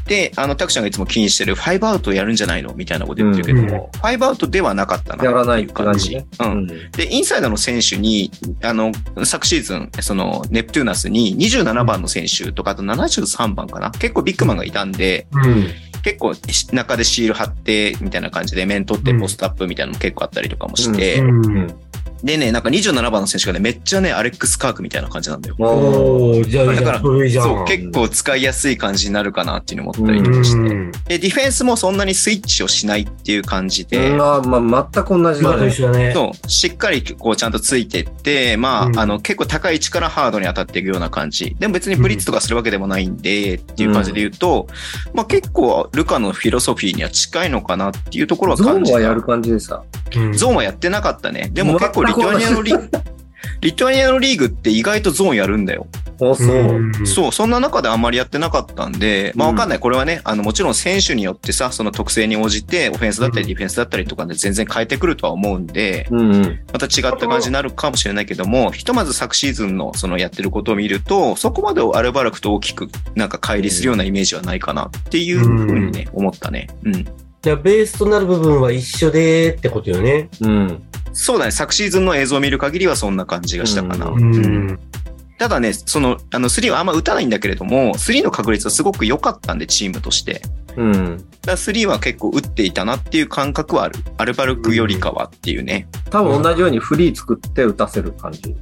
S3: で、あの、タクちゃんがいつも気にしてる、ファイブアウトやるんじゃないのみたいなこと言ってるけども、ファイブアウトではなかったな。
S2: やらないって
S3: 感
S2: 感じ
S3: じ
S2: ね。。
S3: う。
S2: うんん。
S3: で、インサイドの選手に、あの、昨シーズン、その、ネプトゥーナスに27番の選手とか、あと73番かな。結構ビッグマンがいたんで、
S1: うん。
S3: 結構中でシール貼って、みたいな感じで面取って
S1: うん
S3: ポストアップみたいなのも結構あったりとかもして、
S1: うん。
S3: でね、なんか27番の選手がね、めっちゃね、アレックス・カークみたいな感じなんだよ。
S2: もう、
S1: おーじゃあ、
S3: だから
S1: それじゃん。
S3: そう、結構使いやすい感じになるかなっていうのを思ったりとかして、
S1: うん。
S3: で、ディフェンスもそんなにスイッチをしないっていう感じで、
S2: うんあーまあ、全く同じ
S1: 今
S2: だ
S1: と
S2: ね。
S1: 一緒だね。
S3: そう、しっかりこうちゃんとついてって、まあ、
S1: うん
S3: あの、結構高い位置からハードに当たっていくような感じ。でも別にブリッツとかするわけでもないんで、っていう感じで言うと、まあ結構、ルカのフィロソフィーには近いのかなっていうところは
S2: ゾー
S3: 感
S2: ン
S3: じた
S2: はやる感じでさ。
S1: うん。
S3: ゾーンはやってなかったね。でも結構リトアニアのリーグ、リトアニアのリーグって意外とゾーンやるんだよ。
S2: あ、そう。うん。
S1: ん
S3: そう、そんな中であんまりやってなかったんで、まあ
S2: う
S3: わ
S2: ん
S3: かんない。これはね、あの、もちろん選手によってさ、その特性に応じて、オフェンスだったり
S1: うん
S3: ディフェンスだったりとかで全然変えてくるとは思うんで、
S2: うん。
S3: また違った感じになるかもしれないけども、ひとまず昨シーズンのそのやってることを見ると、そこまでアルバルクと大きくなんか乖離するようなイメージはないかなっていうふうにね、思ったね。うん。
S1: じゃあ、ベースとなる部分は一緒でーってことよね。
S2: うん。
S3: そうだね、昨シーズンの映像を見る限りはそんな感じがしたかな。
S1: う
S2: う
S1: ん。
S3: ただね、その、あの、3はあんま打たないんだけれども、3の確率はすごく良かったんで、チームとして。
S2: うん。
S3: だから3は結構打っていたなっていう感覚はある。アルバルクよりかはっていうね。
S2: 多分同じようにフリー作って打たせる感じ。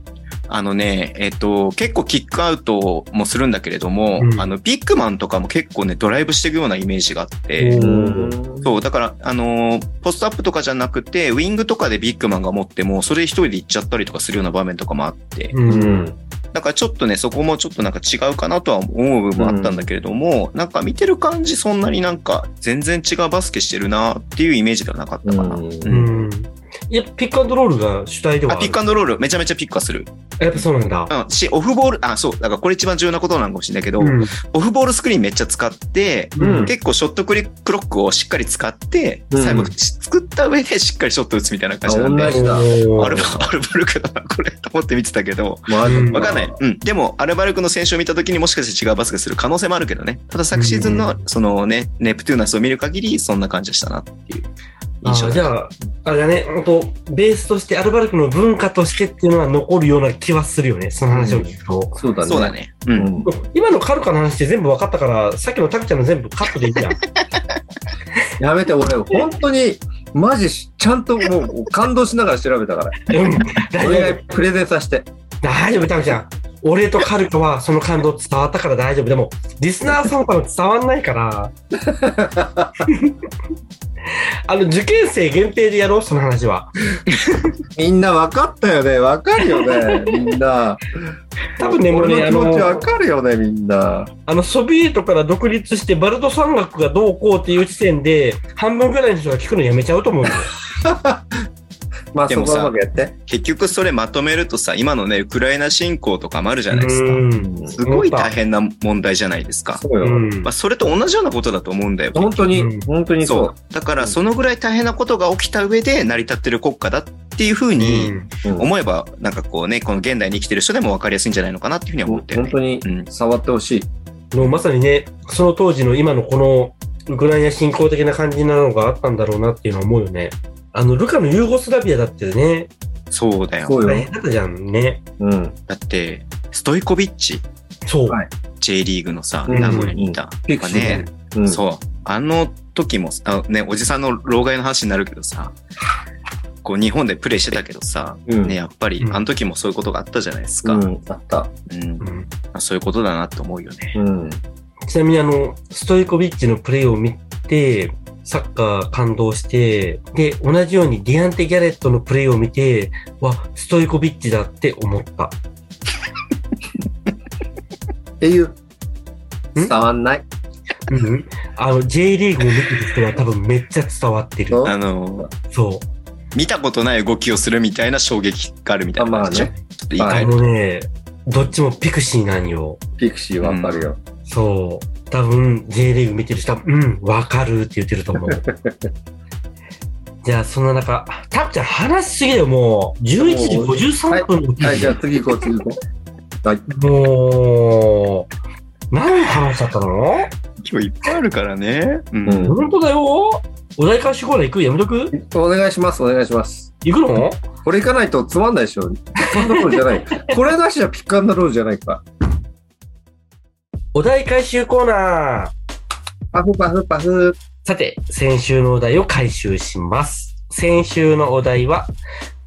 S3: あのね、えっと、結構キックアウトもするんだけれども、
S1: うん
S3: あの、ビッグマンとかも結構ね、ドライブしていくようなイメージがあって、
S1: うん
S3: そう、だから、あのーポストアップとかじゃなくて、ウィングとかでビッグマンが持っても、それ一人で行っちゃったりとかするような場面とかもあって、
S1: う。
S2: うんん。
S3: だからちょっとね、そこもちょっとなんか違うかなとは思う部分もあったんだけれども、なんか見てる感じそんなになんか全然違うバスケしてるなっていうイメージではなかったかな。
S2: うん
S1: うん。いやピックアンドロールが主体ではあ
S3: あ、
S1: る
S3: ピックアンドロール、めちゃめちゃピックはする。
S1: やっぱそうなんだ。
S3: うん、し、オフボール、あ、そう、だからこれ一番重要なことなのかもしれないけど、
S1: ん。
S3: オフボールスクリーンめっちゃ使って、
S1: うん
S3: 結構ショットクリクロックをしっかり使って、
S2: うん
S3: 最後し作った上でしっかりショット打つみたいな感じなんで、
S2: あ同
S3: ア
S2: じだ
S1: おー
S3: ルバアルバルクだな、これ、と思って見てたけど、
S2: まあ
S1: うん
S3: わかんない。うん。でも、アルバルクの選手を見た時にもしかして違うバスケする可能性もあるけどね。ただ昨シーズン
S1: うん
S3: の、そのね、ネプトゥーナスを見る限り、そんな感じでしたなっていう
S1: あ
S3: 印象
S1: ーじ
S3: だね
S1: ゃあ、あれだね、本当ベースとして、アルバルクの文化としてっていうのは残るような気はするよね、その話を聞くと。
S2: そうだね。
S3: そうだね。う。
S2: うんん。
S1: 今のカルカの話で全部分かったから、さっきのタクちゃんの全部カットでいいじゃん。
S2: やめて、俺、本当に、マジし、ちゃんともう感動しながら調べたから。
S1: うん 大
S2: お
S1: 丈
S2: 願
S1: 夫
S2: い、プレゼンさせて。
S1: 大丈夫、タクちゃん。俺とカルカはその感動伝わったから大丈夫。でも、リスナーさんから伝わんないから。 あの、受験生限定でやろう、その話は。
S2: みんな分かったよね。分かるよね。みんな。
S1: 多分ね、もうね、
S2: 俺
S1: あ
S2: の気持ち
S1: の
S2: 分、かるよね、みんな。
S1: あのソビエトから独立してバルト山岳がどうこうっていう時点で半分ぐらいの人が聞くのやめちゃうと思うんだよ。
S2: まあ、
S3: で
S2: そ
S3: も
S2: こ
S3: さ
S2: はうまくやって。
S3: 結局それまとめるとさ、今のね、ウクライナ侵攻とかもあるじゃないですか。
S1: うん
S2: うん
S3: すごい大変な問題じゃないですか。
S2: そうよ。
S1: うん
S3: まあ、それと同じようなことだと思うんだよ。
S2: 本当
S1: うん
S2: に、本当にそう。
S3: だから、そのぐらい大変なことが起きた上で成り立ってる国家だっていうふうに
S2: うん
S3: 思えば、なんかこうね、この現代に生きてる人でも分かりやすいんじゃないのかなっていうふうには思ってる、
S2: 本
S3: ね。
S2: 当に
S3: うん。
S2: 触ってほしい。
S1: もうまさにね、その当時の今のこのウクライナ侵攻的な感じなのがあったんだろうなっていうのは思うよね。あの、ルカのユーゴスラビアだってね、
S3: そうだよ。
S2: そう
S1: 大
S2: よ
S1: 変。だったじゃんね。
S2: うん。
S3: だって、ストイコビッチ、
S1: そう。
S2: はい
S3: J リーグのさ、
S2: うん
S3: 名古屋にいた。
S2: ピ
S3: とか
S2: クシー
S3: ね
S2: ね、。うん
S3: そう。あの時もさ、あのね、おじさんの老害の話になるけどさ、こう日本でプレイしてたけどさ、
S2: うん
S3: ね、やっぱり
S1: う、ん
S3: あの時もそういうことがあったじゃないです
S2: う
S3: か。
S2: ん。あった。
S3: うん
S1: う。ん
S3: まあそういうことだなと思うよね。
S2: うん。
S1: ちなみにあの、ストイコビッチのプレーを見て、サッカー感動して、で、同じようにディアンテ・ギャレットのプレーを見て、わ、ストイコビッチだって思った。
S2: っていう。伝わんない。
S1: うん、あの J リーグを見てる人は多分めっちゃ伝わってる。
S2: そう
S3: あの、
S1: そう。
S3: 見たことない動きをするみたいな衝撃があるみたいな感じでしょ、
S2: あま
S3: ちょっと言い換
S1: あ
S3: える
S1: のね、どっちもピクシーなんよ。
S2: ピクシーわかるよ。
S1: そう。多分 J リーグ見てる人は、うん、わかるって言ってると思う。 じゃあ、そんな中、たくちゃん話しすぎだよ、もう。11時53分の記
S2: はい、じ
S1: 事
S2: ゃあ次行こう、次行こ う。はい。
S1: もう、何話しちゃったの
S3: 今日いっぱいあるからね。うん。
S2: うん
S1: 本当だよ。お題回収コーナー行くやめとく
S2: お願いします、お願いします。
S1: 行くの
S2: これ行かないとつまんないでしょ。ピックアンドロールじゃ ない。これなしじゃピックアンドロールじゃないか。
S1: お題回収コーナー。
S2: パフパフパフ。
S1: さて、先週のお題を回収します。先週のお題は、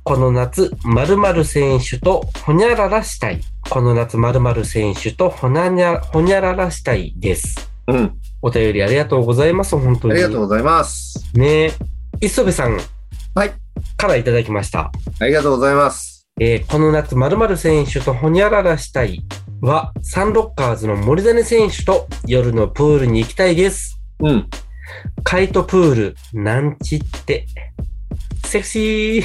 S1: この夏、〇〇選手とほにゃららしたい。この夏、〇〇選手とほなにゃ、ほにゃららしたいです。
S2: うん。
S1: お便りありがとうございます、本当
S2: あ
S1: に。
S2: りがとうございます。
S1: ねえ。磯部さん。
S2: はい。
S1: からいただきました。
S2: ありがとうございます。
S1: えーこの夏、〇〇選手とほにゃららしたいは、サンロッカーズの森谷選手と夜のプールに行きたいです。
S2: うん。
S1: カイトプール、なんちって。セクシー。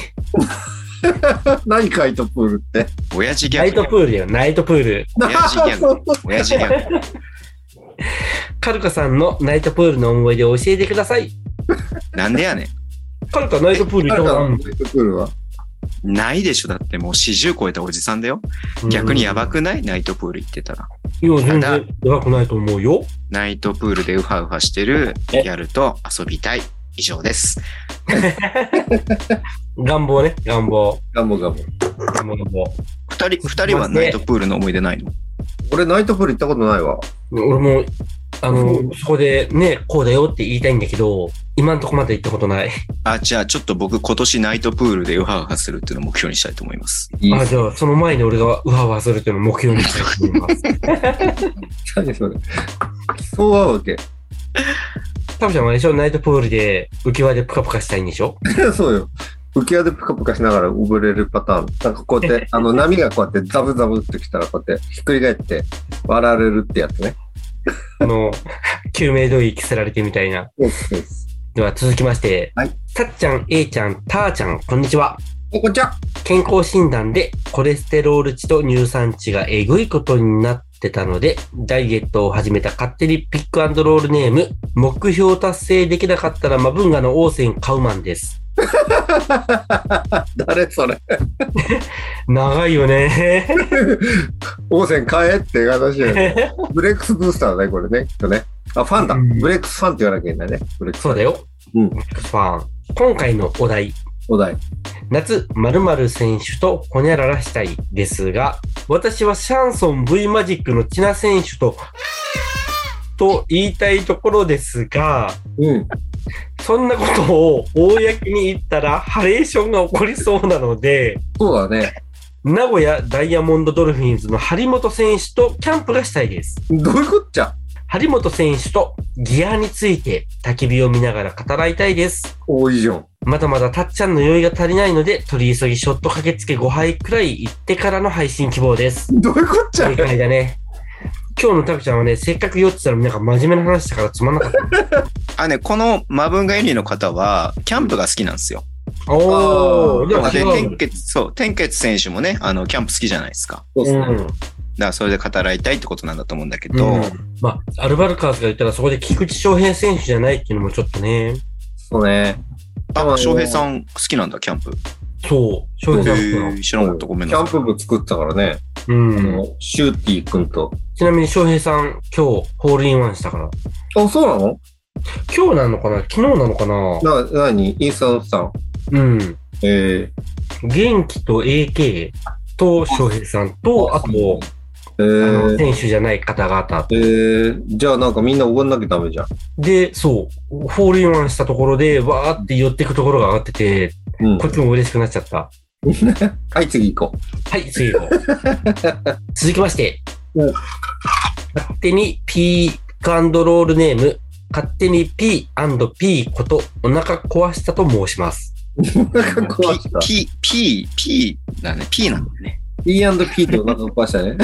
S2: 何カイトプールって。
S3: 親父ギ
S1: ナイ
S3: ャ
S1: ト
S3: グ。
S1: プールだよ、ナイトプール。
S3: 親父ギャグ。親父ギャグ。
S1: カルカさんのナイトプールの思い出を教えてください。
S3: なんでやね
S1: カルカ、ナイトプール行
S2: 誰
S1: っ
S2: か
S1: たこ
S2: のカイトプールは。
S3: ん。ないでしょ。だってもう40超えたおじさんだよ。
S1: とない
S3: 逆にやばくないナイトプール行ってたら。
S1: いや、全然
S3: ただ
S1: やばくないと思うよ。
S3: ナイトプールでウハウハしてるギ
S2: え
S3: ャルと遊びたい。以上です。
S1: 願望ね、願望。
S2: ガモガモ。
S1: 願望、願望。
S3: 二人、二人はナイトプールの思い出ないの
S2: 俺、ナイトプール行ったことないわ。
S1: 俺も、あ
S2: う
S1: の、
S2: ん
S1: そこでね、こうだよって言いたいんだけど、今んとこまで行ったことない。
S3: あ、じゃあちょっと僕今年ナイトプールでウハウハするっていうのを目標にしたいと思います。
S2: いい
S1: あ、じゃあ、その前に俺がウハウハするっていうのを目標にしたいと思います。
S2: 何それ。 そう合うわけ。
S1: タブちゃんはあれでしょナイトプールで浮き輪でプカプカしたいんでしょ
S2: そうよ。浮き輪でプカプカしながら溺れるパターン。なんかこう やって、あの波がこうやってザブザブってきたらこうやってひっくり返って割られるってやつね。
S1: あの、救命胴衣着せられてみたいな。
S2: そうです
S1: では続きまして、
S2: はい
S1: さっちゃん、えいちゃん、たーちゃん、こんにちは。
S2: おこちゃ
S1: 健康診断でコレステロール値と乳酸値がえぐいことになってたので、ダイエットを始めた勝手にピックアンドロールネーム、目標達成できなかったらマブンガのオーセンカウマンです。
S2: 誰それ
S1: 長いよね。
S2: 王線買えって話だ よね。ブレックスブースターだね、これね。きっとね。あ、ファンだ。
S1: うん
S2: ブレックスファンって言わなきゃいけないね。ブレックス
S1: そうだよ。
S2: うん
S1: ファン。今回のお題、
S2: お題。
S1: 夏〇〇選手とほにゃららしたいですが、私はシャンソン V マジックの千奈選手と、と言いたいところですが、
S2: うん。
S1: そんなことを公に言ったらハレーションが起こりそうなので、
S2: そうだね。
S1: 名古屋ダイヤモンドドルフィンズの張本選手とキャンプがしたいです。
S2: どういうこっちゃ
S1: 張本選手とギアについて焚き火を見ながら語らいたいです。
S2: 多いじゃん。
S1: まだまだたっちゃんの酔いが足りないので、取り急ぎショット駆けつけ5杯くらい行ってからの配信希望です。
S2: どういうこっちゃ
S1: 正解だね。今日のタクちゃんはね、せっかく酔ってたのになんか真面目な話したからつまんなかった。
S3: あ、ね、このマブンガエリーの方は、キャンプが好きなんですよ。
S1: お
S2: あー
S1: ー、でも
S3: で、
S1: 違
S3: 天
S1: う。
S3: 傑、そう、天傑選手もね、あの、キャンプ好きじゃないですか。
S2: そうっすね
S1: うん
S3: だからそれで語らいたいってことなんだと思うんだけど、
S1: うんまあ、アルバルカーズが言ったらそこで菊池翔平選手じゃないっていうのもちょっとね。
S2: そうね。
S3: あ、翔平さん好きなんだ、キャンプ。
S1: そう、翔
S3: へ
S1: 平さんなの
S3: ー知らなかった、ごめん
S2: キ
S3: な
S2: ャ
S3: さ
S2: ン
S3: い。
S2: プ部作ったからね。あ
S1: うん。
S2: の、シューティー君と。
S1: ちなみに翔平さん、今日、ホールインワンしたから。
S2: あ、そうなの
S1: 今日なのかな昨日なのかな
S2: な、なにインスタのスタン
S1: うん。
S2: え
S1: 元気と AK と翔平さんと、
S2: あ
S1: あと、
S2: ー、え
S1: あの
S2: ー、
S1: 選手じゃない方々。
S2: えー、じゃあなんかみんなおごんなきゃダメじゃん。
S1: で、そう、ホールインワンしたところで、わーって寄ってくところが上がってて、
S2: うん
S1: こ。っちも嬉しくなっちゃった。
S2: はい、次行こ
S1: はい、次行こう。続きまして。
S2: お
S1: 勝手にピーカンドロールネーム、勝手に P&P こと、お腹壊したと申します。
S2: う。お腹壊した。
S3: P、P、P だね、P なんだよね。
S2: E&P とお腹壊し たね。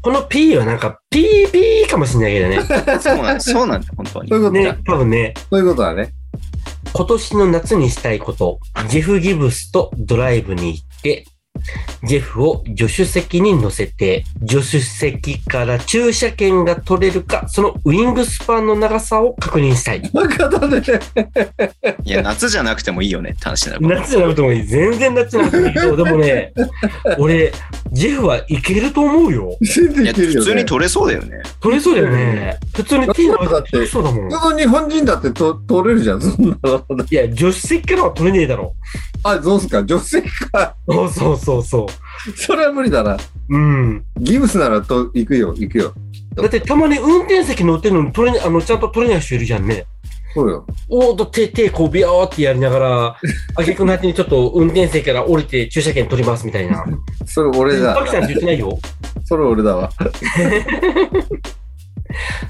S1: この P はなんか、PP かもしれないけど
S3: そうなんそうなんだ、本 当に
S2: そう。いうこと
S1: ね。
S2: だ
S1: ね。、多分ね、
S2: そういうことだね。
S1: 今年の夏にしたいこと、ジェフ・ギブスとドライブに行って、ジェフを助手席に乗せて、助手席から駐車券が取れるか、そのウィングスパンの長さを確認したい。
S2: バカだね。
S3: いや、夏じゃなくてもいいよねって話になる。
S1: 夏じゃなくてもいい。全然夏じゃなくてもいいけど、でもね、俺、ジェフはいけると思うよ。
S2: 全然
S3: い
S2: い
S3: や、
S2: けるよ、ね。
S3: 普通に取れそうだよね。
S1: 取れそうだよね。普通に手伸ばして取れそうだもん。
S2: 普通の日本人だってと取れるじゃん、そんなの。
S1: いや、助手席からは取れねえだろ。
S2: あ、そうっすか、女性 か。
S1: そうそうそうそ
S2: それは無理だな。
S1: う。うん。
S2: ギブスならと行くよ、行くよ。
S1: だってたまに運転席乗ってるのに取れねあの、ちゃんと取れない人いるじゃんね。
S2: そうよ。
S1: おーっと手、手、こう、ビヨーってやりながら、あげくの果てにちょっと運転席から降りて駐車券取りますみたいな。
S2: それ俺
S1: パ
S2: だ
S1: キ。さんって言ってないよ。
S2: それ俺だわ。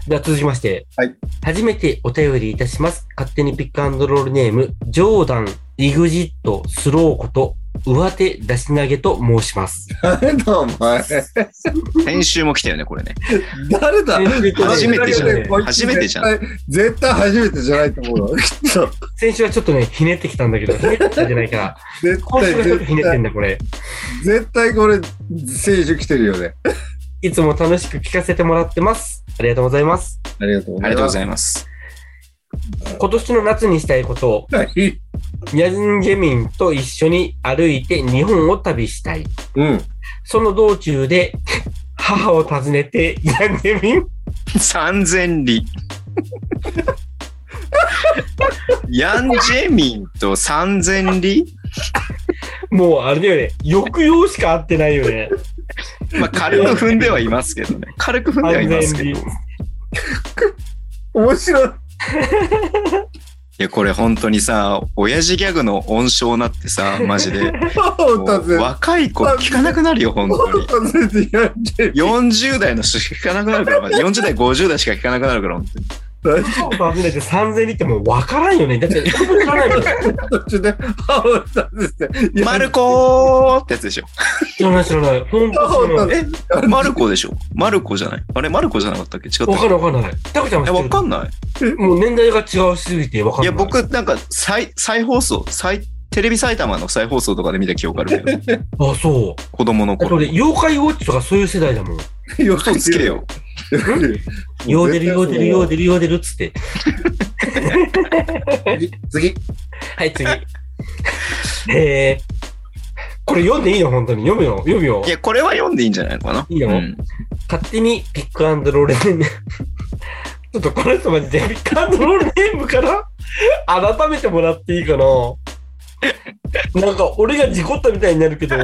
S1: では続きまして。
S2: はい
S1: 初めてお便りいたします。勝手にピックアンドロールネーム、ジョーダン、イグジット、スローこと、上手出し投げと申します。
S2: 誰だ、お前。
S3: 先週も来たよね、これね。
S2: 誰だ。
S3: 初めてじゃ
S1: ん
S3: ん
S2: こいつ
S3: 初めてじゃん
S2: 絶対絶対初めてじゃないと思うわ。きっと。
S1: 先週はちょっとね、ひねってきたんだけど、ひねってきたんじゃないから。
S2: 絶
S1: 今週
S2: 対、
S1: はちょっとひ
S2: 絶
S1: ねって
S2: 対
S1: んだ、これ。
S2: 絶対これ、聖書来てるよね。
S1: いつも楽しく聞かせてもらってます。ありがとうございます。
S2: ありがとうご
S3: あ
S2: ざ
S3: り
S2: い
S3: が
S2: ま
S3: とうご
S2: す。
S3: ざいます。
S1: 今年の夏にしたいことを、
S2: はい
S1: ヤンジェミンと一緒に歩いて日本を旅したい。
S2: うん。
S1: その道中で、 母を訪ねて、ヤンジェミン
S3: 三千里。ヤンジェミンと三千里
S1: もうあれだよね、抑揚しか合ってないよね。
S3: まあ、軽く踏んではいますけどね。軽く踏んではいますけど。い
S1: 完
S2: 面白い。
S3: や、これ本当にさ、親父ギャグの温床になってさ、マジで。も
S2: 本当
S3: う若い子聞かなくなるよ、本当に。
S2: 全然やんじゃ
S3: 40代の人しか聞かなくなるから、まあ40代、50代しか聞かなくなるから、本当に。
S1: 危ないで3000人ってもう分からんよね。だって、分からないもん。
S2: 途中 で、ハウさんですね。いや
S3: マルコーってやつでしょ。
S1: 知らない知らない。本当知らない。
S3: えマルコでしょマルコじゃないあれマルコじゃなかったっけ違った
S1: 分かんない分かんない。タコちゃんも知
S3: え、わ
S1: って
S3: かんない。
S1: る。もう年代が違うすぎて分かんないい。
S3: や、僕、なんか、再、再放送、再、テレビ埼玉の再放送とかで見た記憶あるけど、
S1: あ、そう。
S3: 子供の
S1: あと
S3: 頃。
S1: 俺、妖怪ウォッチとかそういう世代だもん。
S2: よ
S3: 嘘つけよ。。
S1: ヨーデル、ヨーデル、ヨーデル、ヨーデルっつって。
S2: デル。次。
S1: はい、次。えー、これ読んでいいの本当に。読むよ。読むよ
S3: い。や、これは読んでいいんじゃないのかない
S1: いよ
S3: うん
S1: 勝手にピックアンドロールネーム。 ちょっとこの人マジでピックアンドロールネームから 改めてもらっていいかな。なんか俺が事故ったみたいになるけど。じ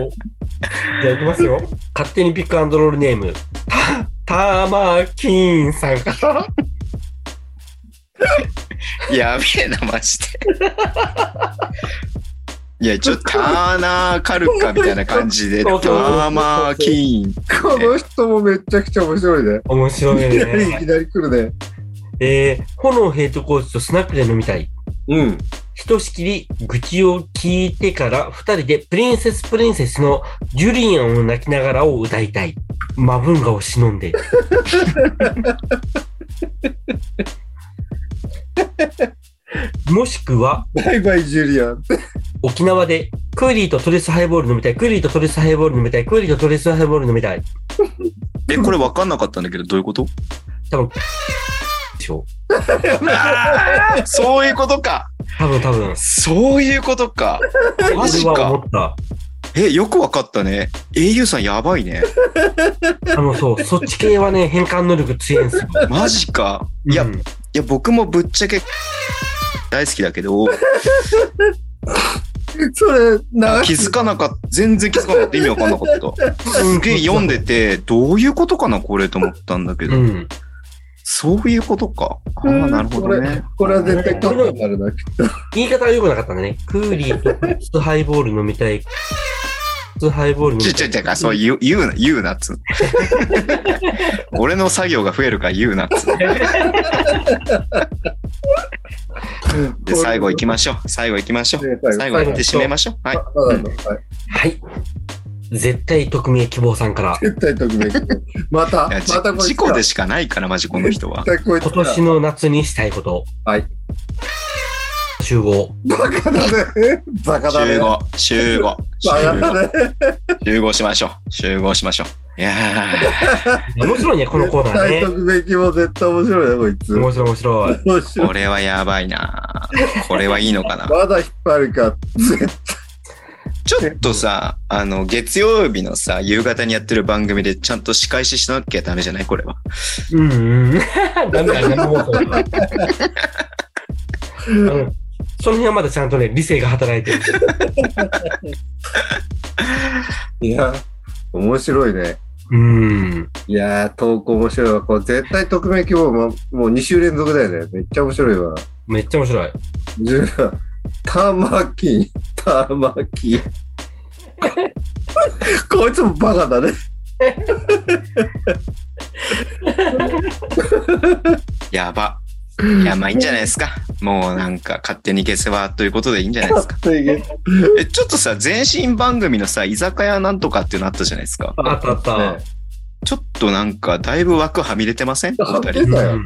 S1: ゃあいきますよ。勝手にピックアンドロールネーム。 た、たまきんさんから。
S3: やべえな、マジで。 いや、ちょっと、ターナーカルカみたいな感じで、タ
S1: そうそうそう
S3: ーマーキーン。
S2: この人もめっちゃくちゃ面白いね。
S1: 面白い
S2: いきなり、い
S1: ね。
S2: きなり来るね。
S1: えー、炎ヘイトコーチとスナックで飲みたい。
S2: うん。
S1: ひとしきり愚痴を聞いてから二人でプリンセスプリンセスのジュリアンを泣きながらを歌いたい。マブンガを忍んで。 もしくは
S2: バイバイ、ジュリアン。
S1: 沖縄でクーリーとトレスハイボール飲みたい。クーリーとトレスハイボール飲みたい。クーリーとトレスハイボール飲みたい。
S3: え、これ分かんなかったんだけど、どういうこと
S1: 多分、でしょ
S3: あーそういうことか。
S1: 多分多分。
S3: そういうこ とか。マジ
S1: 俺は
S3: か。
S1: 思った。
S3: え、よく分かったね。au さんやばいね。
S1: あの、そう、そっち系はね、変換能力強いんすよ。
S3: マジか。いや、
S1: う
S3: い
S1: ん
S3: や、僕もぶっちゃけ、大好きだ けど、
S2: それ、長
S3: 気づかなかった。全然気づかなかった。意味わかんなかった。すげえ読んでて、どういうことかな、これと思ったんだけど。
S1: うん。
S3: そういうことか。あ
S2: う
S3: あ、
S2: ん
S3: なるほどね。
S2: これは絶対カットになるな。
S1: 言い方は良くなかったんだね。クーリーと普通ハイボール飲みたい。普通ハイボール飲み
S3: ち
S1: た
S3: ょ
S1: い。
S3: ちょちょ、そう言う、言うな、言うなっつう。 俺の作業が増えるから言うなっつう。で、最後行きましょう。最後行きましょう。
S2: ね最後
S3: 最後行って締めましょう。はい。
S2: まだあるのはい。
S1: はい。絶対匿名希望さんから。
S2: 絶対特命。また、
S3: いや
S2: ま
S3: じ
S2: たこいつ
S3: 事故でしかないから、マジこの 人は。
S2: 絶対こいつ
S1: 今年の夏にしたいこと。
S2: はい。
S1: 集合。
S2: バカだね。バカだね。
S3: 集合、集合、 集
S2: バカ
S3: 合、
S2: だね。
S3: 集合しましょう。集合しましょう。いやー
S1: 面白いね、このコーナー
S2: 絶
S1: ね。
S2: 対特命も絶対面白いね、こいつ。
S1: 面白い面白い。
S2: 面 白い。
S3: これはやばいな。これはいいの かな。
S2: まだ引っ張るか。
S3: ちょっとさ、あの、月曜日のさ、夕方にやってる番組でちゃんと仕返ししなきゃダメじゃないこれは。
S1: うんうん。 ダメだ、生放送だ。うんその辺はまだちゃんとね、理性が働いてる。
S2: いや、面白いね。
S1: うん。
S2: いやー、投稿面白いわ。これ絶対特命希望も、もう2週連続だよね。めっちゃ面白いわ。
S1: めっちゃ面白い。
S2: 十分。たまき、たま き。こいつもバカだね。
S3: やば。いや、まあいいんじゃないですか。もうなんか勝手に消せばということでいいんじゃないですか。え、ちょっとさ、前身番組のさ、居酒屋なんとかっていうのあったじゃないですか。
S1: あったあった。
S3: ちょっとなんか、だいぶ枠はみ出てませんお
S2: はみ
S3: 二
S2: 出
S3: 人。
S2: たよ
S1: うん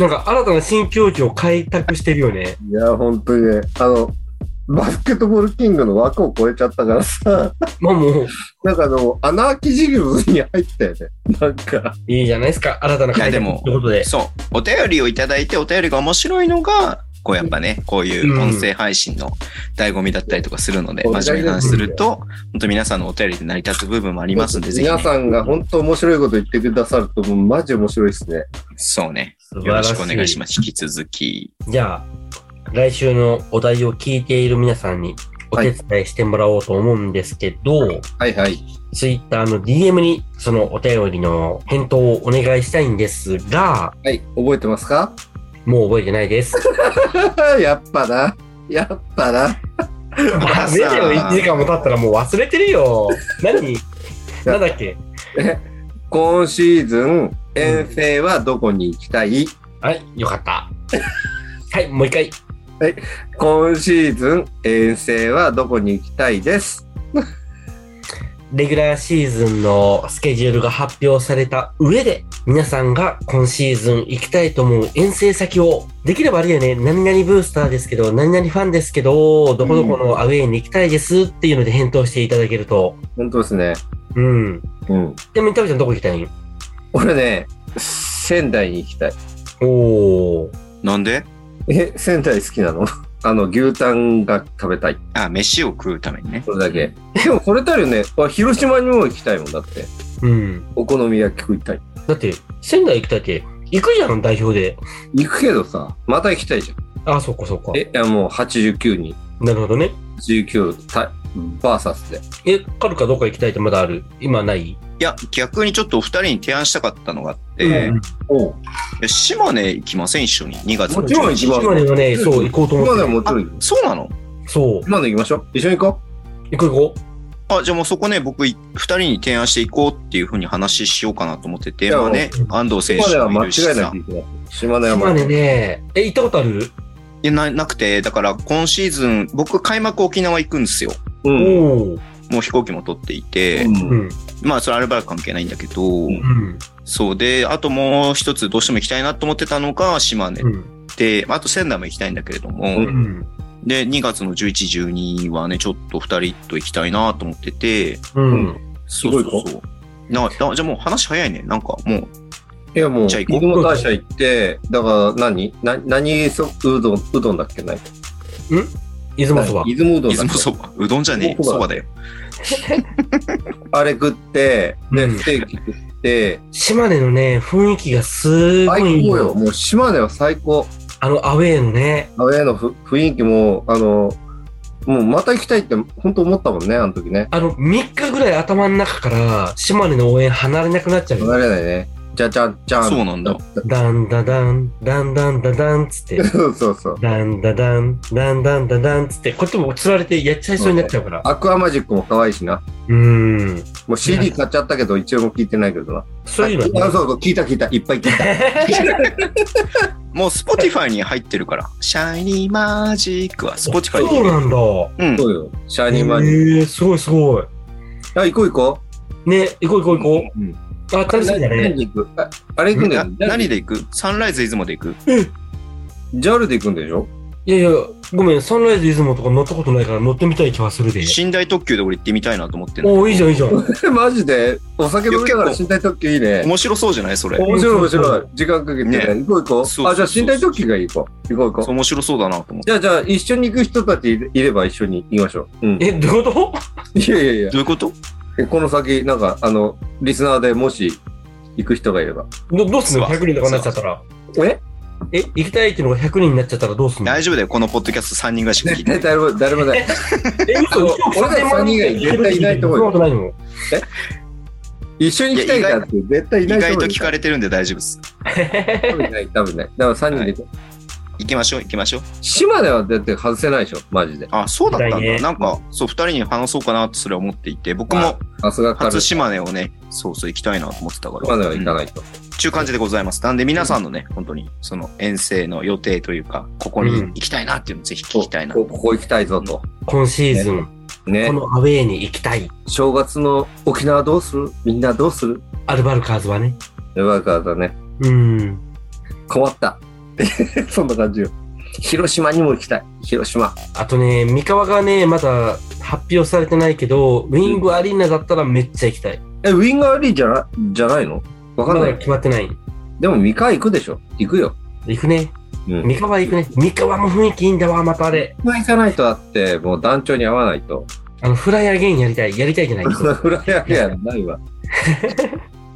S1: なんか新たな新境地を開拓してるよね。
S2: いや、本当にね、あの、バスケットボールキングの枠を超えちゃったからさ、
S1: まあもう、
S2: なんかあの、アナーキジグズに入ったよね。なんか、
S1: いいじゃないですか。新たな開
S3: いやで
S1: 拓
S3: も
S1: ってことで。
S3: そう。お便りをいただいて、お便りが面白いのが、こうやっぱね、こういう音声配信の醍醐味だったりとかするので、
S2: うん
S3: 真面目な話すると、本当皆さんのお便りで成り立つ部分もありますんで、ぜひ、
S2: 皆
S3: ね。
S2: さんが本当面白いこと言ってくださると、もうマジ面白いですね。
S3: そうね。
S1: 素
S3: よろしくお願いし
S1: ま
S3: ます。引き続き。
S1: す。じゃあ、来週のお題を聞いている皆さんにお手伝いしてもらおうと思うんですけど、
S2: はいはい。
S1: ツイッターの DM にそのお便りの返答をお願いしたいんですが、
S2: はい、覚えてますか
S1: もう覚えてない です。
S2: やっぱな。やっぱな。
S1: ダメだよ、1時間も経ったらもう忘れてるよ。何なんだっけ
S2: 今シーズン、遠征はどこに行きたい、
S1: あはい、よかった。はい、もう一回。
S2: 今シーズン遠征はどこに行きたいです。
S1: レギュラーシーズンのスケジュールが発表された上で、皆さんが今シーズン行きたいと思う遠征先を、できればあれだよね、何々ブースターですけど、何々ファンですけど、どこどこのアウェイに行きたいですっていうので返答していただけると。
S2: 本当ですね。
S1: うん。
S2: うん。
S1: でも、タビちゃんどこ行きたいん
S2: 俺ね、仙台に行きたい。
S1: おー。
S3: なんで
S2: え、仙台好きなの あの、牛タンが食べたい。
S3: あ、飯を食うためにね。
S2: それだけ。でも、これたるね、あ広島にも行きたいもんだって。
S1: うん。
S2: お好み焼き食いたい。
S1: だって、仙台行きたいって、行くじゃん、代表で。
S2: 行くけどさ、また行きたいじゃん。
S1: あ、そっかそっか。
S2: え、いやもう89に、
S1: なるほどね。
S2: 19た、バーサスで。
S1: え、カルカどっか行きたいってまだある今ない
S3: いや、逆にちょっとお二人に提案したかったのがあって、
S1: うん
S3: い
S2: お
S3: や島根行きません一緒に。2月の
S2: もちろん行きます
S1: 島根はね、そう、行こうと思
S2: 今
S1: っ
S2: で
S1: てる。
S2: ももちろん行く、
S3: そうなの
S1: そう。
S2: 今の行きましょう。一緒に行こ
S1: 行こう行こ
S3: あ、じゃあもうそこね、僕、い二人に提案していこうっていうふうに話しようかなと思って
S2: い
S3: て、
S2: や
S3: まあね
S1: う、ん
S3: 安藤
S2: う。
S3: 選
S2: 島
S3: 手
S2: 根は間
S3: も
S2: 違
S3: いる
S2: い
S3: し
S2: な
S3: さ
S2: く。行きます。島根
S1: う。
S2: は間
S1: 島
S2: 違いな
S1: 根
S2: く。
S1: ね、え、行ったことある
S3: いやななくて、だから今シーズン、僕、開幕沖縄行くんですよ。
S1: お
S2: うん。
S1: おー。
S3: もう飛行機も取っていて、
S2: うん
S1: うん。
S3: まあ、それアルバルク関係ないんだけど、
S2: ん
S1: うん。
S3: そうで、あともう一つどうしても行きたいなと思ってたのが島根
S1: うん。
S3: で、あと仙台も行きたいんだけれども、
S2: うん
S1: うん。
S3: で、2月の11、12はね、ちょっと二人と行きたいなと思ってて、
S1: うん。
S3: そ
S2: ごいう子
S3: そうそう。ななじゃあもう話早いね。なんかもう、
S2: いやもう、
S3: じゃあ
S2: 出
S3: 行こう
S2: 雲大社行って、だから何な何そばうどん、うどんだっけない
S1: 出雲そば。
S2: 出雲うどん
S3: 出
S2: だっ
S3: 雲そ
S2: け
S3: ば、うどんじゃねえ、
S2: そ
S3: そ
S2: ば
S3: ばだよ。
S2: あれ食って、で、
S1: うん
S2: ステーキ食って、
S1: 島根のね、雰囲気がすご
S2: 最高
S1: いいい
S2: よ。もう島根は最高。
S1: あの、アウェーのね。
S2: アウェイのふ雰囲気も、あの、もうまた行きたいって本当思ったもんね、あの時ね。
S1: あの、3日ぐらい頭の中から、島根の応援離れなくなっちゃうよ。
S2: 離れないね。じゃじゃんじゃん。
S3: そうなんだ。
S1: ダンダダン、ダンダンダダンっつって。
S2: そうそうそう。
S1: ダンダダン、ダンダンダダンっつって、こっちも釣られてやっちゃいそうになっちゃうから。
S2: アクアマジックも可愛いしな。
S1: うん。
S2: もう CD 買っちゃったけど、一応も聞いてないけどな。
S1: そういうの
S2: あ
S1: はね
S2: そうそう、聞いた聞いた。いっぱい聞いた。
S3: もう Spotify に入ってるから、シャイニーマジックは Spotify
S1: そう
S3: に。
S1: なんだ。
S3: うん。
S2: そうよ。シャ
S1: え
S2: イニーマジッ
S1: ー、すごいすごい。
S2: ク。あ、行こう行こ
S1: ね、行こう行こう行こ
S2: う。うん。
S1: う。あ、楽しみだ
S2: 何
S1: ね。
S2: に行くああれ行くんだ
S3: な
S2: よ。
S3: 何で行くサンライズ出雲で行く
S2: ?JAL で行くんでしょ
S1: いやいや、ごめん、サンライズ出雲とか乗ったことないから乗ってみたい気はするで。
S3: 寝台特急で俺行ってみたいなと思ってんだけど
S1: おーいいじゃん、いいじゃん。
S2: えマジでお酒飲みながら身体特急いいね。
S3: 面白そうじゃないそれ。
S2: 面白い面白い。時間かけてね。
S3: ね
S2: 行こう行こ。
S3: そうう
S2: あ、じゃ
S3: そ
S2: あ
S3: うそう
S2: 身体特急がいい行こう。行こう行
S3: そう
S2: こう。
S3: 面白そうだなと思って。
S2: じゃあじゃあ一緒に行く人たちいいれば一緒に行きましょう。うん。
S1: え、どういうこ
S2: いやいやいや
S3: どういうこと
S2: え。この先、なんかあの、リスナーでもし行く人がいれば。
S1: とどどうすんの
S3: そう
S1: ?100 人とかなっちゃったら。
S2: え
S1: え、行きたいっていうのが100人になっちゃったらどうすんの
S3: 大丈夫だよ。このポッドキャスト3人ぐらいしか聞いてな
S2: ね、
S3: い。
S2: 誰も、誰もない。
S1: え、嘘1
S2: 俺
S1: 億
S2: 俺たち
S1: 3000万人
S2: 以外絶対いないと思うよ
S1: そんなことないの。
S2: 一緒に行きたいからって絶対い
S3: 意
S2: ない
S3: 外
S2: 思
S3: と
S2: うよ
S3: 聞かれてるんで大丈夫です。
S2: 多分いない、多分いない。だから三人で行こう。
S3: 行きましょう、行きましょう。
S2: 島ではだって外せないでしょ、マジで。
S3: あ、そうだったん
S1: みたいね
S3: だ。なんか、そう、二人に話そうかなってそれは思っていて、僕
S2: あ
S3: も
S2: さすが彼。
S3: 初
S2: 島
S3: 島根をね、そうそう行きたいなと思ってたから。
S2: 根は行か
S3: い。
S2: ないと。
S3: ちゅう感じでございます。なんで皆さんのね、本当に、その遠征の予定というか、ここに行きたいなっていうのをぜひ聞きたいな。
S2: こここ行きたいぞと。
S1: 今シーズン、
S2: ね
S1: こ。のアウェーに行きたい。
S2: 正月の沖縄どうするみんなどうする
S1: アルバルカーズはね。
S2: レバーカーだね。
S1: うん。
S2: 困った。 そんな感じよ。広島にも行きたい。広島。
S1: あとね、三河がね、まだ発表されてないけど、ウィングアリーナだったらめっちゃ行きたい。
S2: え、ウィンガーリーじゃなじゃないのわかん
S1: ま
S2: な
S1: だ
S2: い。
S1: 決まってない。
S2: でも、三河行くでしょ。行くよ。
S1: 行くね。
S2: うん。
S1: 三河行くね。三河も雰囲気いいんだわ、またあれ。
S2: 三河行かないとあって、もう団長に合わないと。
S1: あの、フライアゲインやりたい。やりたいじゃない。
S2: そんなフライヤーやな いわ。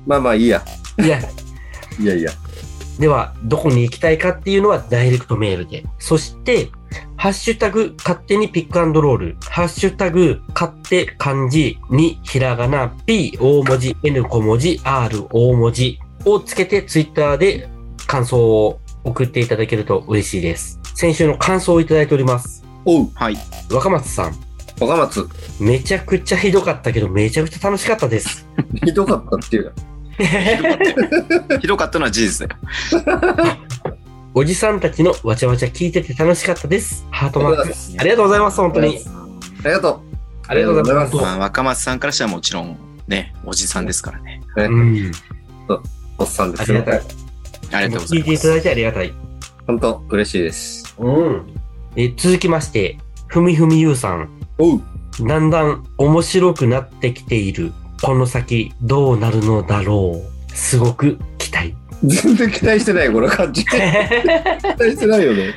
S2: まあまあいいや。
S1: いや、
S2: いやいや。
S1: では、どこに行きたいかっていうのはダイレクトメールで。そして、ハッシュタグ、勝手にピックアンドロール。ハッシュタグ、勝手漢字にひらがな、P 大文字、N 小文字、R 大文字をつけてツイッターで感想を送っていただけると嬉しいです。先週の感想をいただいております。
S2: おう、
S3: はい。
S1: 若松さん、
S2: 若松。
S1: めちゃくちゃひどかったけど、めちゃくちゃ楽しかったです。
S2: ひどかったっていうか。
S3: ひどかったのは事実だよ。
S1: おじさんたちのわちゃわちゃ聞いてて楽しかったです。ハートマークです。ありがとうございます、本当に。
S2: ありがと
S1: ありがとうございます。
S3: まあ、若松さんからしたらもちろんね、おじさんですからね。
S2: う。ね
S1: うん。
S2: おっさんで
S1: あ
S2: す
S1: りがた
S2: よ
S1: い。
S3: ありがとうござ
S1: 聞
S3: い
S1: いて
S3: ま
S1: いただ
S3: す。
S1: いてありがたい。
S2: 本当嬉しいです。
S1: うん。え続きまして、ふみふみゆうさん。
S2: おう。
S1: だんだん面白くなってきている。この先どうなるのだろう。すごく期待。
S2: 全然期待してないよ、この 感じ。期待してないよね。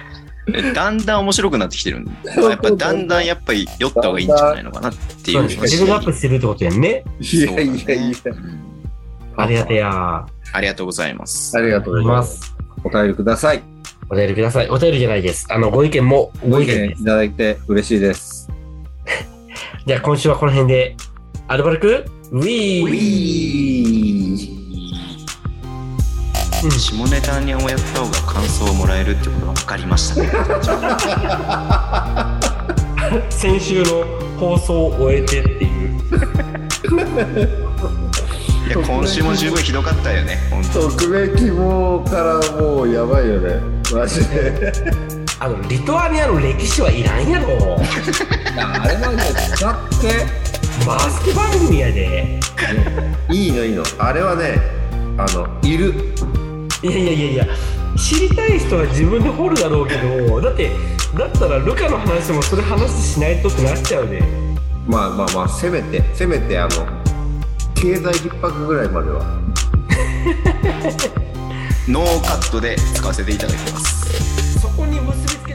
S3: えだんだん面白くなってきてるんで、まあやっぱだんだんやっぱり酔った方がいいんじゃないのかなってい
S1: そう
S3: う
S1: で
S3: 気
S1: すねレ
S3: 持ち
S1: ベルアップしてるってことやんね。
S2: いやいやいや。
S3: そうだねうん
S1: ありがてや。
S3: ありがとうございます
S2: あ。りがとうございます。
S1: す。
S2: お便りください。
S1: お便りください。お便りじゃないです。あの、ご意見もご
S2: ご
S1: 意
S2: 意
S1: 見
S2: 見
S1: で
S2: い
S1: す。
S2: ただいて嬉しいです。
S1: じゃあ今週はこの辺で、アルバルク、ウィー
S3: ウィ
S1: うん
S3: 下ネタにをやった方が感想をもらえるってことが分かりましたね。
S1: 先週の放送を終えてっていう。
S3: いや今週も十分ひどかったよね。本当
S2: 特別希望からもうやばいよね。マジで。
S1: あの、リトアニアの歴史はいらんや ろ。
S2: あれなんで使っ
S1: バスケ番組やで。
S2: て。いいのいいの。あれはね、あの、いる。
S1: いやいやいやいや、知りたい人は自分で掘るだろうけど、だって、だったらルカの話もそれ話しないとってなっちゃうで。
S2: まあまあまあ、せめて、せめてあの、経済逼迫ぐらいまでは。
S3: ノーカットで使わせていただきます。
S1: そこに結びつけ